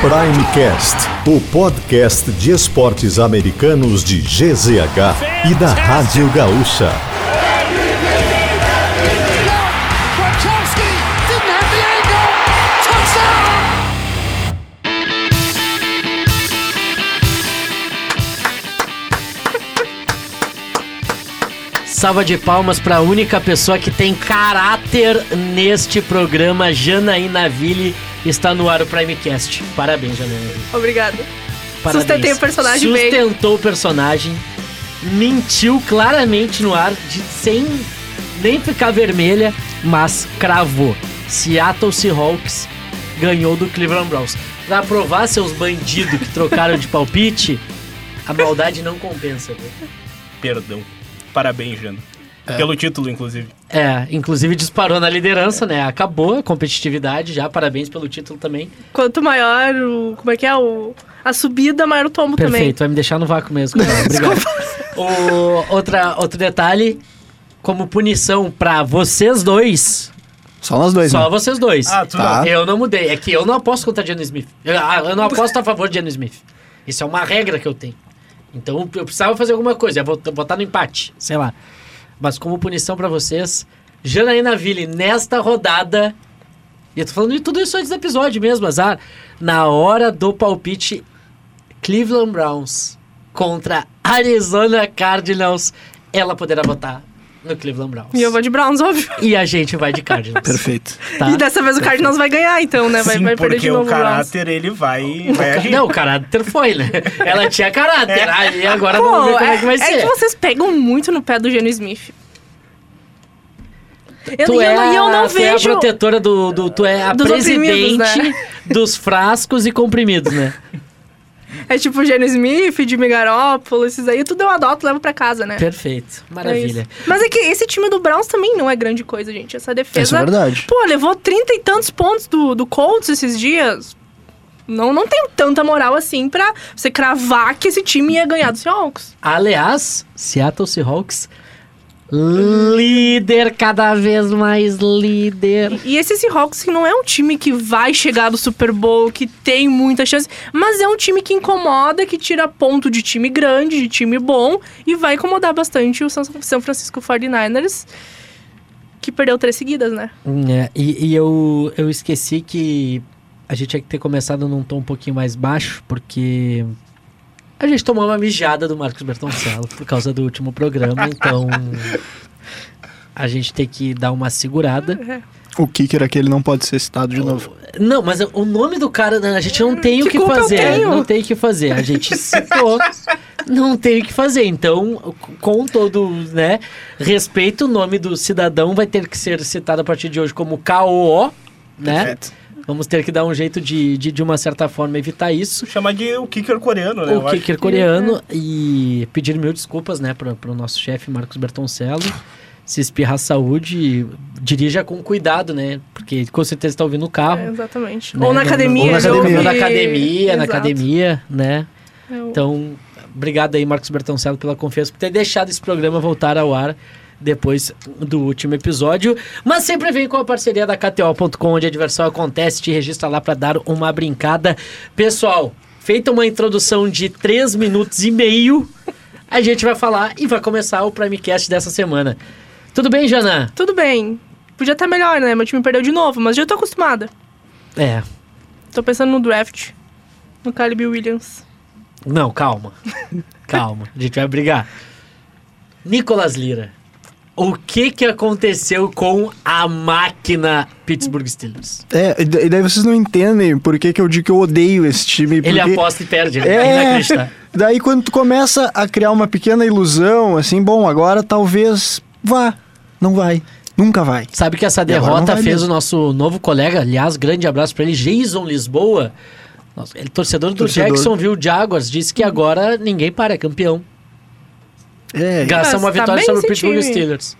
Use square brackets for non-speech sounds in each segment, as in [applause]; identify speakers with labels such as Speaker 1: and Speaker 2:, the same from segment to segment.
Speaker 1: Primecast, o podcast de esportes americanos de GZH e da Rádio Gaúcha.
Speaker 2: Gronkowski didn't have the angle. Touchdown!
Speaker 3: Salva de palmas para a única pessoa que tem caráter neste programa, Janaína Ville, está no ar o Primecast. Parabéns, Janaína Ville.
Speaker 4: Obrigada.
Speaker 3: Parabéns.
Speaker 4: Sustentei o personagem bem.
Speaker 3: Sustentou o personagem, mentiu claramente no ar, de- sem nem ficar vermelha, mas cravou. Seattle Seahawks ganhou do Cleveland Browns. Pra provar seus bandidos que trocaram de palpite, a maldade não compensa. viu?
Speaker 5: Perdão. Parabéns, Jana. Pelo título, inclusive.
Speaker 3: É, inclusive disparou na liderança, né? Acabou a competitividade já, parabéns pelo título também.
Speaker 4: Quanto maior o. Como é que é? O, a subida, maior o tombo
Speaker 3: Perfeito, vai me deixar no vácuo mesmo. cara. Obrigado. O, outra, outro detalhe, como punição pra vocês dois,
Speaker 6: Só nós dois,
Speaker 4: Hum.
Speaker 3: só
Speaker 6: né?
Speaker 3: vocês dois.
Speaker 5: Ah, tu
Speaker 6: Tá.
Speaker 5: não.
Speaker 3: Eu não mudei, é que eu não aposto contra Jano Smith. Eu, ah, eu não aposto a favor de Jano Smith. Isso é uma regra que eu tenho. Então eu precisava fazer alguma coisa, eu vou botar no empate, sei lá. Mas como punição pra vocês, Janaína Ville, nesta rodada. E eu tô falando de tudo isso antes do episódio mesmo, azar. Na hora do palpite, Cleveland Browns contra Arizona Cardinals, ela poderá votar no Cleveland Browns.
Speaker 4: também. E eu vou de Browns, óbvio.
Speaker 3: E a gente vai de Cardinals.
Speaker 4: [laughs]
Speaker 6: Perfeito.
Speaker 3: tá?
Speaker 4: E dessa vez o Cardinals vai ganhar, então, né? Vai,
Speaker 5: Sim,
Speaker 4: vai perder
Speaker 5: porque
Speaker 4: de novo
Speaker 5: o
Speaker 4: Browns.
Speaker 5: caráter, ele vai, vai agir.
Speaker 3: [laughs] Não, o caráter foi, né? Ela tinha caráter. Aí agora vamos ver como é, que vai
Speaker 4: é
Speaker 3: ser.
Speaker 4: que vocês pegam muito no pé do Geno Smith. Eu,
Speaker 3: Tu
Speaker 4: e eu,
Speaker 3: é,
Speaker 4: não- e eu não
Speaker 3: tu é a
Speaker 4: vejo.
Speaker 3: protetora do, do- Tu é a
Speaker 4: Dos
Speaker 3: presidente
Speaker 4: oprimidos, né?
Speaker 3: dos frascos e comprimidos, né?
Speaker 4: [laughs] É tipo o Geno Smith, Jimmy Garoppolo, esses aí. Tudo eu adoto, levo pra casa, né?
Speaker 3: Perfeito. Maravilha.
Speaker 4: É isso. Mas é que esse time do Browns também não é grande coisa, gente. Essa defesa.
Speaker 6: Isso é verdade.
Speaker 4: Pô, levou 30 e tantos pontos do, do Colts esses dias. Não, não tem tanta moral assim pra você cravar que esse time ia ganhar do Seahawks.
Speaker 3: Aliás, Seattle Seahawks, líder, cada vez mais líder.
Speaker 4: E esse Seahawks que não é um time que vai chegar do Super Bowl, que tem muita chance, mas é um time que incomoda, que tira ponto de time grande, de time bom, e vai incomodar bastante o São- São Francisco 49ers, que perdeu três seguidas, né?
Speaker 3: É, e e eu, eu esqueci que a gente tinha que ter começado num tom um pouquinho mais baixo, porque a gente tomou uma mijada do Marcos Bertoncello por causa do último programa,
Speaker 4: [laughs]
Speaker 3: então a gente tem que dar uma segurada.
Speaker 6: O kicker aquele não pode ser citado de novo.
Speaker 3: Não, mas o nome do cara, né, a gente não tem o
Speaker 4: Que
Speaker 3: que
Speaker 4: culpa eu
Speaker 3: fazer.
Speaker 4: tenho?
Speaker 3: Não tem o que fazer. A gente citou. não tem o que fazer. Então, com todo, né, respeito, o nome do cidadão vai ter que ser citado a partir de hoje como KOO,
Speaker 5: É,
Speaker 3: né?
Speaker 6: Perfeito.
Speaker 3: Vamos ter que dar um jeito de, de, de uma certa forma, evitar isso.
Speaker 5: Chamar de o kicker coreano, né? eu
Speaker 3: O
Speaker 5: acho.
Speaker 3: kicker coreano e pedir mil desculpas, né, para o nosso chefe Marcos Bertoncello. Se espirrar saúde, dirija com cuidado, né? Porque com certeza está ouvindo o carro.
Speaker 4: É, exatamente.
Speaker 3: né?
Speaker 4: Ou na academia.
Speaker 3: Ou na
Speaker 4: já
Speaker 3: academia,
Speaker 4: ouvi-
Speaker 3: na academia, na
Speaker 4: Exato. É
Speaker 3: academia, né?
Speaker 4: Eu-
Speaker 3: Então, obrigado aí, Marcos Bertoncello, pela confiança, por ter deixado esse programa voltar ao ar depois do último episódio. Mas sempre vem com a parceria da KTO.com, onde a diversão acontece. Te registra lá para dar uma brincada. Pessoal, feita uma introdução de 3 minutos e meio, a gente vai falar e vai começar o Primecast dessa semana. Tudo bem, Jana?
Speaker 4: Tudo bem. Podia estar melhor, né? Meu time perdeu de novo, mas já tô acostumada.
Speaker 3: É,
Speaker 4: Tô pensando no draft. No Caleb Williams.
Speaker 3: Não, calma. calma. A gente vai brigar. Nicolas Lira. O que que aconteceu com a máquina Pittsburgh Steelers?
Speaker 6: É, e da- e daí vocês não entendem por que, que eu digo que eu odeio esse time.
Speaker 3: Ele
Speaker 6: porque-
Speaker 3: aposta e perde, ele é
Speaker 6: É,
Speaker 3: inacreditável.
Speaker 6: daí quando tu começa a criar uma pequena ilusão, assim, bom, agora talvez vá. Não vai. Nunca vai.
Speaker 3: Sabe que essa
Speaker 6: E agora não
Speaker 3: derrota
Speaker 6: vai
Speaker 3: fez
Speaker 6: mesmo.
Speaker 3: o nosso novo colega, aliás, grande abraço pra ele, Jason Lisboa. Nossa, ele torcedor do
Speaker 6: Torcedor.
Speaker 3: Jacksonville Jaguars, disse que agora ninguém para, é campeão.
Speaker 6: É,
Speaker 3: Graças a
Speaker 4: Mas
Speaker 3: uma
Speaker 4: tá
Speaker 3: vitória
Speaker 4: bem
Speaker 3: sobre o
Speaker 4: esse
Speaker 3: Pittsburgh
Speaker 4: time.
Speaker 3: Steelers.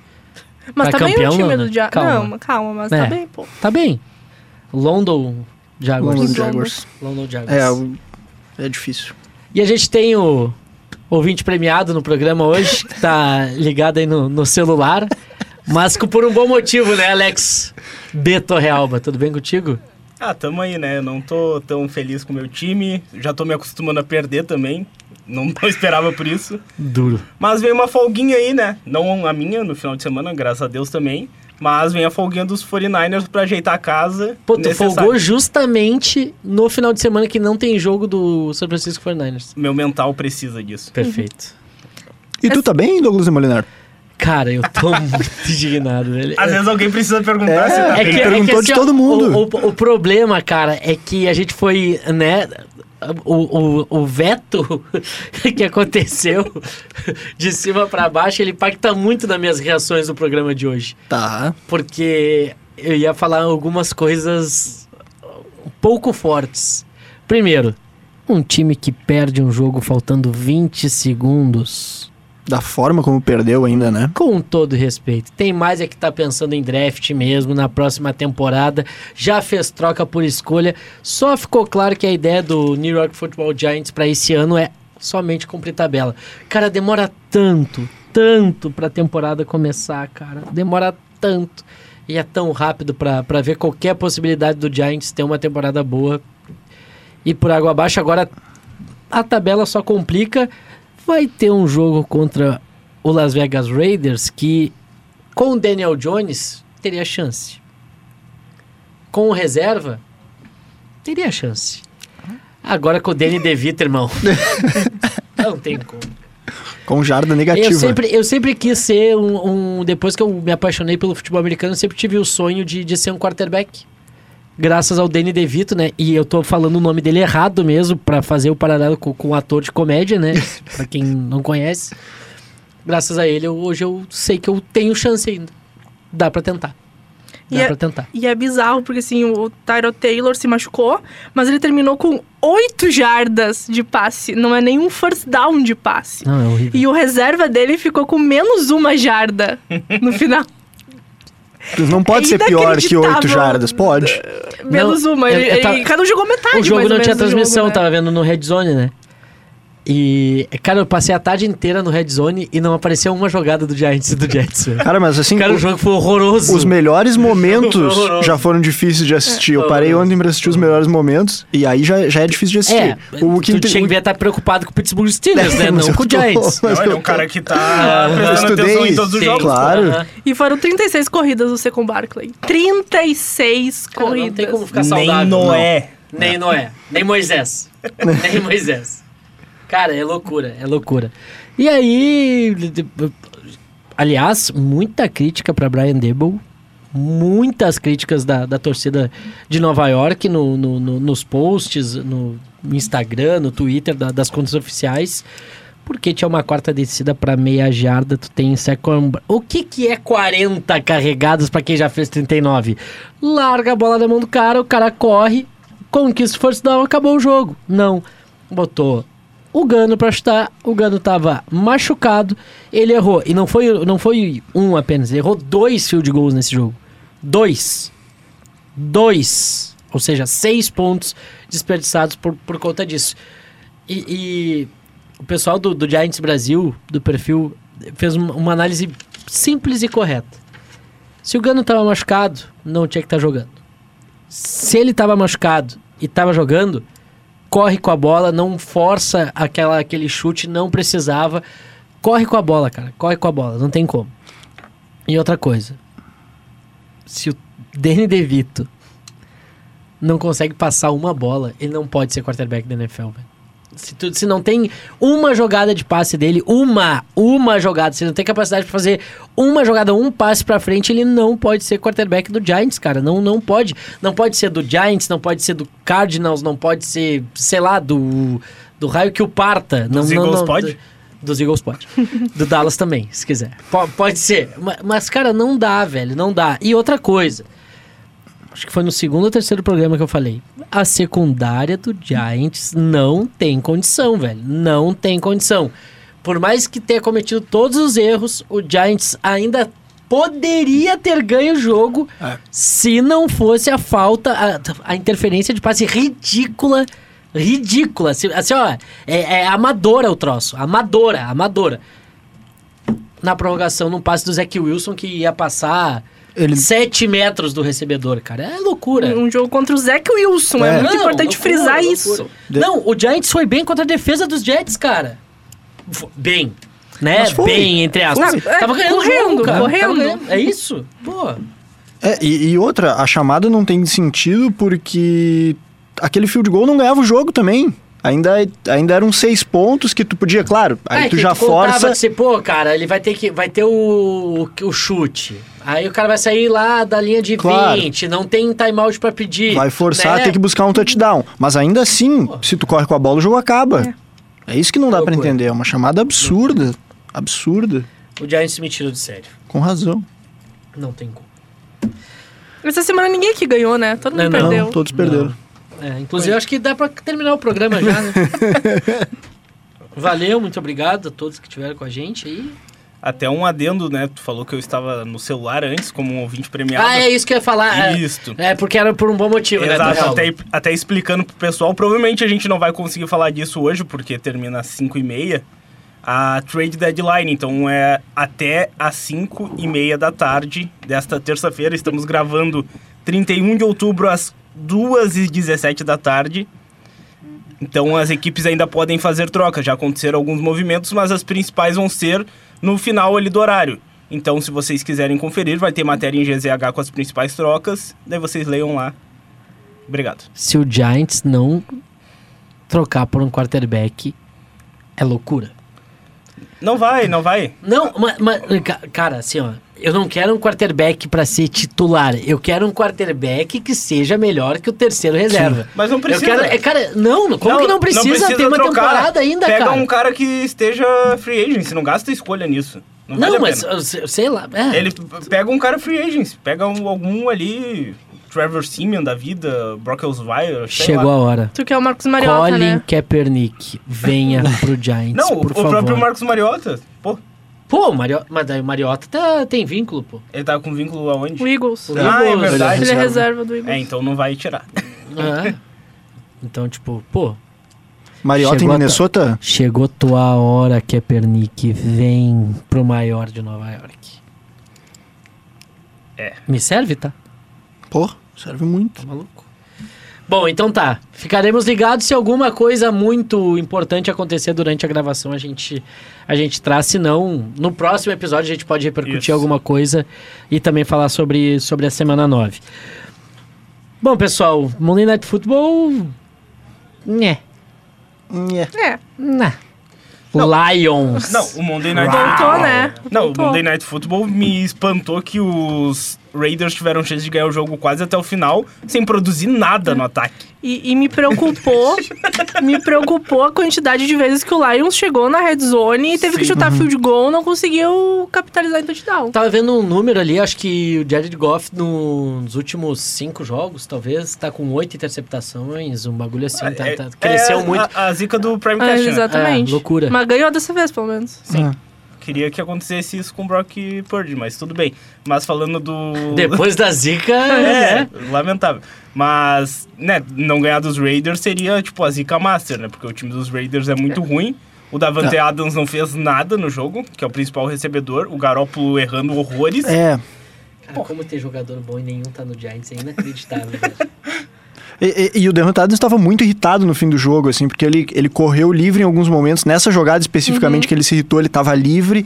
Speaker 4: Mas
Speaker 3: Tá
Speaker 4: tá, bem
Speaker 3: campeão,
Speaker 4: no time
Speaker 3: não, né?
Speaker 4: do Jaguars.
Speaker 3: Calma.
Speaker 4: Não, calma, mas
Speaker 3: É.
Speaker 4: tá bem, pô.
Speaker 3: Tá bem. London Jaguars.
Speaker 6: London
Speaker 4: London
Speaker 6: Jaguars.
Speaker 3: London Jaguars.
Speaker 6: É, o- é difícil.
Speaker 3: E a gente tem o ouvinte premiado no programa hoje, que tá ligado aí no, no celular, mas que por um bom motivo, né, Alex? Beto Realba, tudo bem contigo?
Speaker 5: Ah, tamo aí, né? Eu não tô tão feliz com o meu time. Já tô me acostumando a perder também. Não, [laughs] não esperava por isso.
Speaker 6: Duro.
Speaker 5: Mas veio uma folguinha aí, né? Não a minha no final de semana, graças a Deus também. Mas vem a folguinha dos 49ers pra ajeitar a casa.
Speaker 3: Pô, tu
Speaker 5: Necessário.
Speaker 3: folgou justamente no final de semana que não tem jogo do São Francisco 49ers.
Speaker 5: Meu mental precisa disso.
Speaker 3: Perfeito.
Speaker 6: E tu tá bem, Douglas Demolinar?
Speaker 3: Cara, eu tô [laughs] muito indignado, velho.
Speaker 5: Às vezes alguém precisa perguntar se tá
Speaker 6: É
Speaker 5: bem.
Speaker 6: que- perguntou
Speaker 3: assim,
Speaker 6: de
Speaker 3: ó,
Speaker 6: todo mundo.
Speaker 3: O, o- o problema, cara, é que a gente foi, né? O, o, o veto [laughs] que aconteceu [laughs] de cima pra baixo, ele impacta muito nas minhas reações no programa de hoje.
Speaker 6: Tá.
Speaker 3: Porque eu ia falar algumas coisas um pouco fortes. Primeiro, um time que perde um jogo faltando 20 segundos.
Speaker 6: Da forma como perdeu ainda, né?
Speaker 3: Com todo respeito, tem mais é que tá pensando em draft mesmo na próxima temporada. Já fez troca por escolha. Só ficou claro que a ideia do New York Football Giants para esse ano é somente cumprir tabela. Cara, demora tanto, tanto pra temporada começar, cara. Demora tanto. E é tão rápido pra pra ver qualquer possibilidade do Giants ter uma temporada boa. E por água abaixo, agora a tabela só complica. Vai ter um jogo contra o Las Vegas Raiders que, com o Daniel Jones, teria chance. Com o reserva, teria chance. Agora com o Danny DeVito, irmão. Não tem como.
Speaker 6: Com jarda negativa.
Speaker 3: Eu sempre, eu sempre quis ser um, um- Depois que eu me apaixonei pelo futebol americano, eu sempre tive o sonho de, de ser um quarterback. Graças ao Danny DeVito, né? E eu tô falando o nome dele errado mesmo, pra fazer o paralelo com, com um ator de comédia, [laughs] né? pra quem não conhece. Graças a ele, eu- hoje eu sei que eu tenho chance ainda. Dá pra tentar. Dá
Speaker 4: E é-
Speaker 3: pra tentar.
Speaker 4: E é bizarro, porque assim, o Tyro Taylor se machucou, mas ele terminou com oito jardas de passe. Não é nenhum first down de passe.
Speaker 3: Não, é horrível.
Speaker 4: E o reserva dele ficou com menos uma jarda no
Speaker 3: [laughs]
Speaker 4: final.
Speaker 6: Não pode
Speaker 4: É
Speaker 6: ser pior que oito
Speaker 4: inacreditável.
Speaker 6: jardas. Pode.
Speaker 4: Menos
Speaker 3: Não,
Speaker 4: uma.
Speaker 3: eu-
Speaker 4: Ele,
Speaker 3: eu tava-
Speaker 4: ele- cada um jogou metade,
Speaker 3: O jogo
Speaker 4: mais ou
Speaker 3: não tinha
Speaker 4: menos, do
Speaker 3: transmissão, tá?
Speaker 4: jogo, né?
Speaker 3: tava vendo no Red Zone, né? E, cara, eu passei a tarde inteira no Red Zone e não apareceu uma jogada do Giants e do Jets. né? velho.
Speaker 6: Cara, mas assim,
Speaker 3: Cara, o
Speaker 6: o-
Speaker 3: jogo foi horroroso.
Speaker 6: os melhores momentos
Speaker 5: Horroroso.
Speaker 6: já foram difíceis de assistir. Eu parei ontem pra assistir os melhores momentos e aí já, já é difícil de
Speaker 3: É,
Speaker 6: assistir. o que
Speaker 3: tu
Speaker 6: inte-
Speaker 3: tinha que ver estar preocupado com o Pittsburgh Steelers, né?
Speaker 6: [laughs] É, mas
Speaker 3: Não
Speaker 6: eu
Speaker 3: com o
Speaker 6: tô-
Speaker 3: Giants.
Speaker 6: mas
Speaker 5: Olha,
Speaker 6: eu-
Speaker 5: um cara que tá
Speaker 6: eu
Speaker 5: prestando atenção em
Speaker 6: estudei
Speaker 5: todos os
Speaker 6: isso,
Speaker 5: jogos.
Speaker 6: Claro.
Speaker 3: Aham.
Speaker 4: E foram 36 corridas do Secon Barkley. 36
Speaker 3: Cara,
Speaker 4: corridas.
Speaker 3: não tem como ficar
Speaker 5: Nem
Speaker 3: saudável.
Speaker 5: Noé.
Speaker 3: não. Nem Noé. Nem Moisés. Nem Moisés. Cara, é loucura, é loucura. E aí. Aliás, muita crítica pra Brian Dable. Muitas críticas da, da torcida de Nova York no, no- no- nos posts, no Instagram, no Twitter, da- das contas oficiais. Porque tinha uma quarta descida pra meia jarda, tu tem second. O que que é 40 carregadas pra quem já fez 39? Larga a bola na mão do cara, o cara corre, conquista o first down, acabou o jogo. Não, botou o Gano pra chutar, o Gano tava machucado, ele errou. E não foi, não foi um apenas, ele errou dois field goals nesse jogo. Dois. Dois. Ou seja, seis pontos desperdiçados por, por conta disso. E, e o pessoal do, do Giants Brasil, do perfil, fez uma, uma análise simples e correta. Se o Gano estava machucado, não tinha que estar jogando. Se ele estava machucado e estava jogando, corre com a bola, não força aquela, aquele chute, não precisava. Corre com a bola, cara. Corre com a bola, não tem como. E outra coisa. Se o Danny DeVito não consegue passar uma bola, ele não pode ser quarterback da NFL, velho. Se, tu, se não tem uma jogada de passe dele, uma, uma jogada, se não tem capacidade pra fazer uma jogada, um passe pra frente, ele não pode ser quarterback do Giants, cara. Não, não pode. Não pode ser do Giants, não pode ser do Cardinals, não pode ser, sei lá, do, do raio que o parta. Dos não,
Speaker 5: Eagles
Speaker 3: não,
Speaker 5: pode?
Speaker 3: Dos Eagles pode. Do Dallas também, se quiser. Po- pode ser. Ma- Mas, cara, não dá, velho. Não dá. E outra coisa. Acho que foi no segundo ou terceiro programa que eu falei. A secundária do Giants não tem condição, velho. Não tem condição. Por mais que tenha cometido todos os erros, o Giants ainda poderia ter ganho o jogo se não fosse a falta, a, a interferência de passe ridícula. Ridícula. Assim, assim, ó, é, é amadora o troço. Amadora, amadora. Na prorrogação, num passe do Zac Wilson que ia passar
Speaker 6: Ele...
Speaker 3: 7 metros do recebedor, cara. É loucura.
Speaker 4: Um jogo contra o Zach Wilson. É,
Speaker 6: É.
Speaker 4: muito
Speaker 3: Não,
Speaker 4: importante
Speaker 3: loucura,
Speaker 4: frisar
Speaker 3: loucura.
Speaker 4: isso.
Speaker 3: Não, o Giants foi bem contra a defesa dos Jets, cara. Fo- Bem. Né?
Speaker 6: Mas foi.
Speaker 3: Bem, entre aspas.
Speaker 4: Foi.
Speaker 3: Tava
Speaker 4: É,
Speaker 3: ganhando o
Speaker 4: correndo,
Speaker 3: jogo, cara.
Speaker 4: correndo.
Speaker 3: Tava ganhando. É isso? Pô.
Speaker 6: [laughs] É, e, e outra, a chamada não tem sentido porque aquele field goal não ganhava o jogo também. Ainda, ainda eram seis pontos que tu podia, claro, aí
Speaker 3: É,
Speaker 6: tu
Speaker 3: que
Speaker 6: já
Speaker 3: contava
Speaker 6: força.
Speaker 3: de ser, pô, cara, ele vai ter que. Vai ter o, o chute. Aí o cara vai sair lá da linha de
Speaker 6: Claro.
Speaker 3: 20, não tem timeout pra pedir.
Speaker 6: Vai forçar,
Speaker 3: né?
Speaker 6: tem que buscar um touchdown. Mas ainda assim, se tu corre com a bola, o jogo acaba. É, isso que não dá pra
Speaker 3: Loucura.
Speaker 6: entender. É uma chamada absurda. Absurda.
Speaker 3: O Giants me tirou de sério.
Speaker 6: Com razão.
Speaker 3: Não tem como.
Speaker 4: Essa semana ninguém aqui ganhou, né? Todo mundo
Speaker 3: Não, não.
Speaker 4: perdeu.
Speaker 6: Não, todos perderam.
Speaker 3: É, inclusive, eu acho que dá pra terminar o programa já,
Speaker 6: [laughs]
Speaker 3: né? Valeu, muito obrigado a todos que estiveram com a gente aí.
Speaker 5: Até um adendo, né? Tu falou que eu estava no celular antes, como um ouvinte premiado.
Speaker 3: Ah, é isso que eu ia falar. é.
Speaker 5: Isto.
Speaker 3: É, porque era por um bom motivo, né?
Speaker 5: Exato, até,
Speaker 3: Daniel?
Speaker 5: até explicando pro pessoal, provavelmente a gente não vai conseguir falar disso hoje, porque termina às 5 e meia, a trade deadline, então é até às 5 e meia da tarde desta terça-feira, estamos gravando 31 de outubro às 2 e 17 da tarde, então as equipes ainda podem fazer trocas, já aconteceram alguns movimentos, mas as principais vão ser no final ali do horário. Então, se vocês quiserem conferir, vai ter matéria em GZH com as principais trocas. Daí vocês leiam lá. Obrigado.
Speaker 3: Se o Giants não trocar por um quarterback, é loucura.
Speaker 5: Não vai, não vai.
Speaker 3: Não, mas, cara, assim, ó, eu não quero um quarterback pra ser titular. Eu quero um quarterback que seja melhor que o terceiro reserva.
Speaker 5: Mas não precisa.
Speaker 3: Eu quero, é, cara, não, como que não precisa, ter uma
Speaker 5: trocar.
Speaker 3: temporada ainda,
Speaker 5: Pega
Speaker 3: cara?
Speaker 5: um cara que esteja free agent, não gasta escolha nisso. Não, vale
Speaker 3: Não,
Speaker 5: a
Speaker 3: mas
Speaker 5: pena.
Speaker 3: eu se- eu sei lá. é.
Speaker 5: Ele p- pega um cara free agent, pega um- algum ali, Trevor Simeon da vida, Brock Osweiler, sei
Speaker 3: Chegou
Speaker 5: lá.
Speaker 3: a hora.
Speaker 4: Tu quer o Marcos Mariota,
Speaker 3: Colin
Speaker 4: né?
Speaker 3: Kaepernick, venha pro Giants,
Speaker 5: Não, o,
Speaker 3: por
Speaker 5: o
Speaker 3: favor.
Speaker 5: próprio Marcos Mariota, pô,
Speaker 3: Pô, o Mario... mas daí o Mariota tá... tem vínculo, pô.
Speaker 5: ele tá com vínculo aonde?
Speaker 4: O Eagles.
Speaker 3: O
Speaker 5: Ah, é
Speaker 3: Eagles.
Speaker 5: verdade.
Speaker 4: Ele é reserva do Eagles.
Speaker 5: É, então não vai tirar.
Speaker 3: É. Então, tipo, pô,
Speaker 6: Mariota
Speaker 3: Chegou
Speaker 6: em
Speaker 3: a-
Speaker 6: Minnesota?
Speaker 3: chegou tua hora, Kaepernick, vem pro maior de Nova York.
Speaker 5: É.
Speaker 3: Me serve, tá?
Speaker 6: Pô, serve muito.
Speaker 3: Tá maluco? Bom, então tá. Ficaremos ligados se alguma coisa muito importante acontecer durante a gravação, a gente a gente traz, se não, no próximo episódio a gente pode repercutir
Speaker 5: Isso.
Speaker 3: alguma coisa e também falar sobre, sobre a semana 9. Bom, pessoal, Monday Night Football, né,
Speaker 4: É,
Speaker 3: né. Lions.
Speaker 5: Não, o Monday Night
Speaker 4: voltou, né?
Speaker 5: Não, o
Speaker 4: Voltou.
Speaker 5: Monday Night Football me espantou que os Raiders tiveram chance de ganhar o jogo quase até o final, sem produzir nada no ataque.
Speaker 4: E, e me preocupou, me preocupou a quantidade de vezes que o Lions chegou na red zone e teve que
Speaker 3: Uhum.
Speaker 4: chutar field goal, não conseguiu capitalizar em touchdown.
Speaker 3: Tava vendo um número ali, acho que o Jared Goff no- nos últimos cinco jogos, talvez, tá com oito interceptações, um bagulho assim, tá- tá- cresceu
Speaker 5: É a-
Speaker 3: muito.
Speaker 5: A, zica do Prime
Speaker 4: Ah,
Speaker 5: Cash, né?
Speaker 4: exatamente.
Speaker 3: É, loucura.
Speaker 4: Mas ganhou dessa vez, pelo menos.
Speaker 5: Sim.
Speaker 6: É.
Speaker 5: Queria que acontecesse isso com o Brock Purdy, mas tudo bem. Mas falando do...
Speaker 3: Depois da zica,
Speaker 5: Tipo, [laughs] É,
Speaker 4: né?
Speaker 3: é.
Speaker 5: lamentável. Mas, né, não ganhar dos Raiders seria, tipo, a zica master, né? Porque o time dos Raiders é muito ruim. O Davante
Speaker 3: Tá.
Speaker 5: Adams não fez nada no jogo, que é o principal recebedor. O Garópolo errando horrores.
Speaker 6: É.
Speaker 3: Cara, como tem jogador bom e nenhum tá no Giants, é inacreditável.
Speaker 5: [laughs]
Speaker 3: velho.
Speaker 6: E, e- e o Derrotado estava muito irritado no fim do jogo, assim, porque ele, ele correu livre em alguns momentos. Nessa jogada especificamente que ele se irritou, ele estava livre.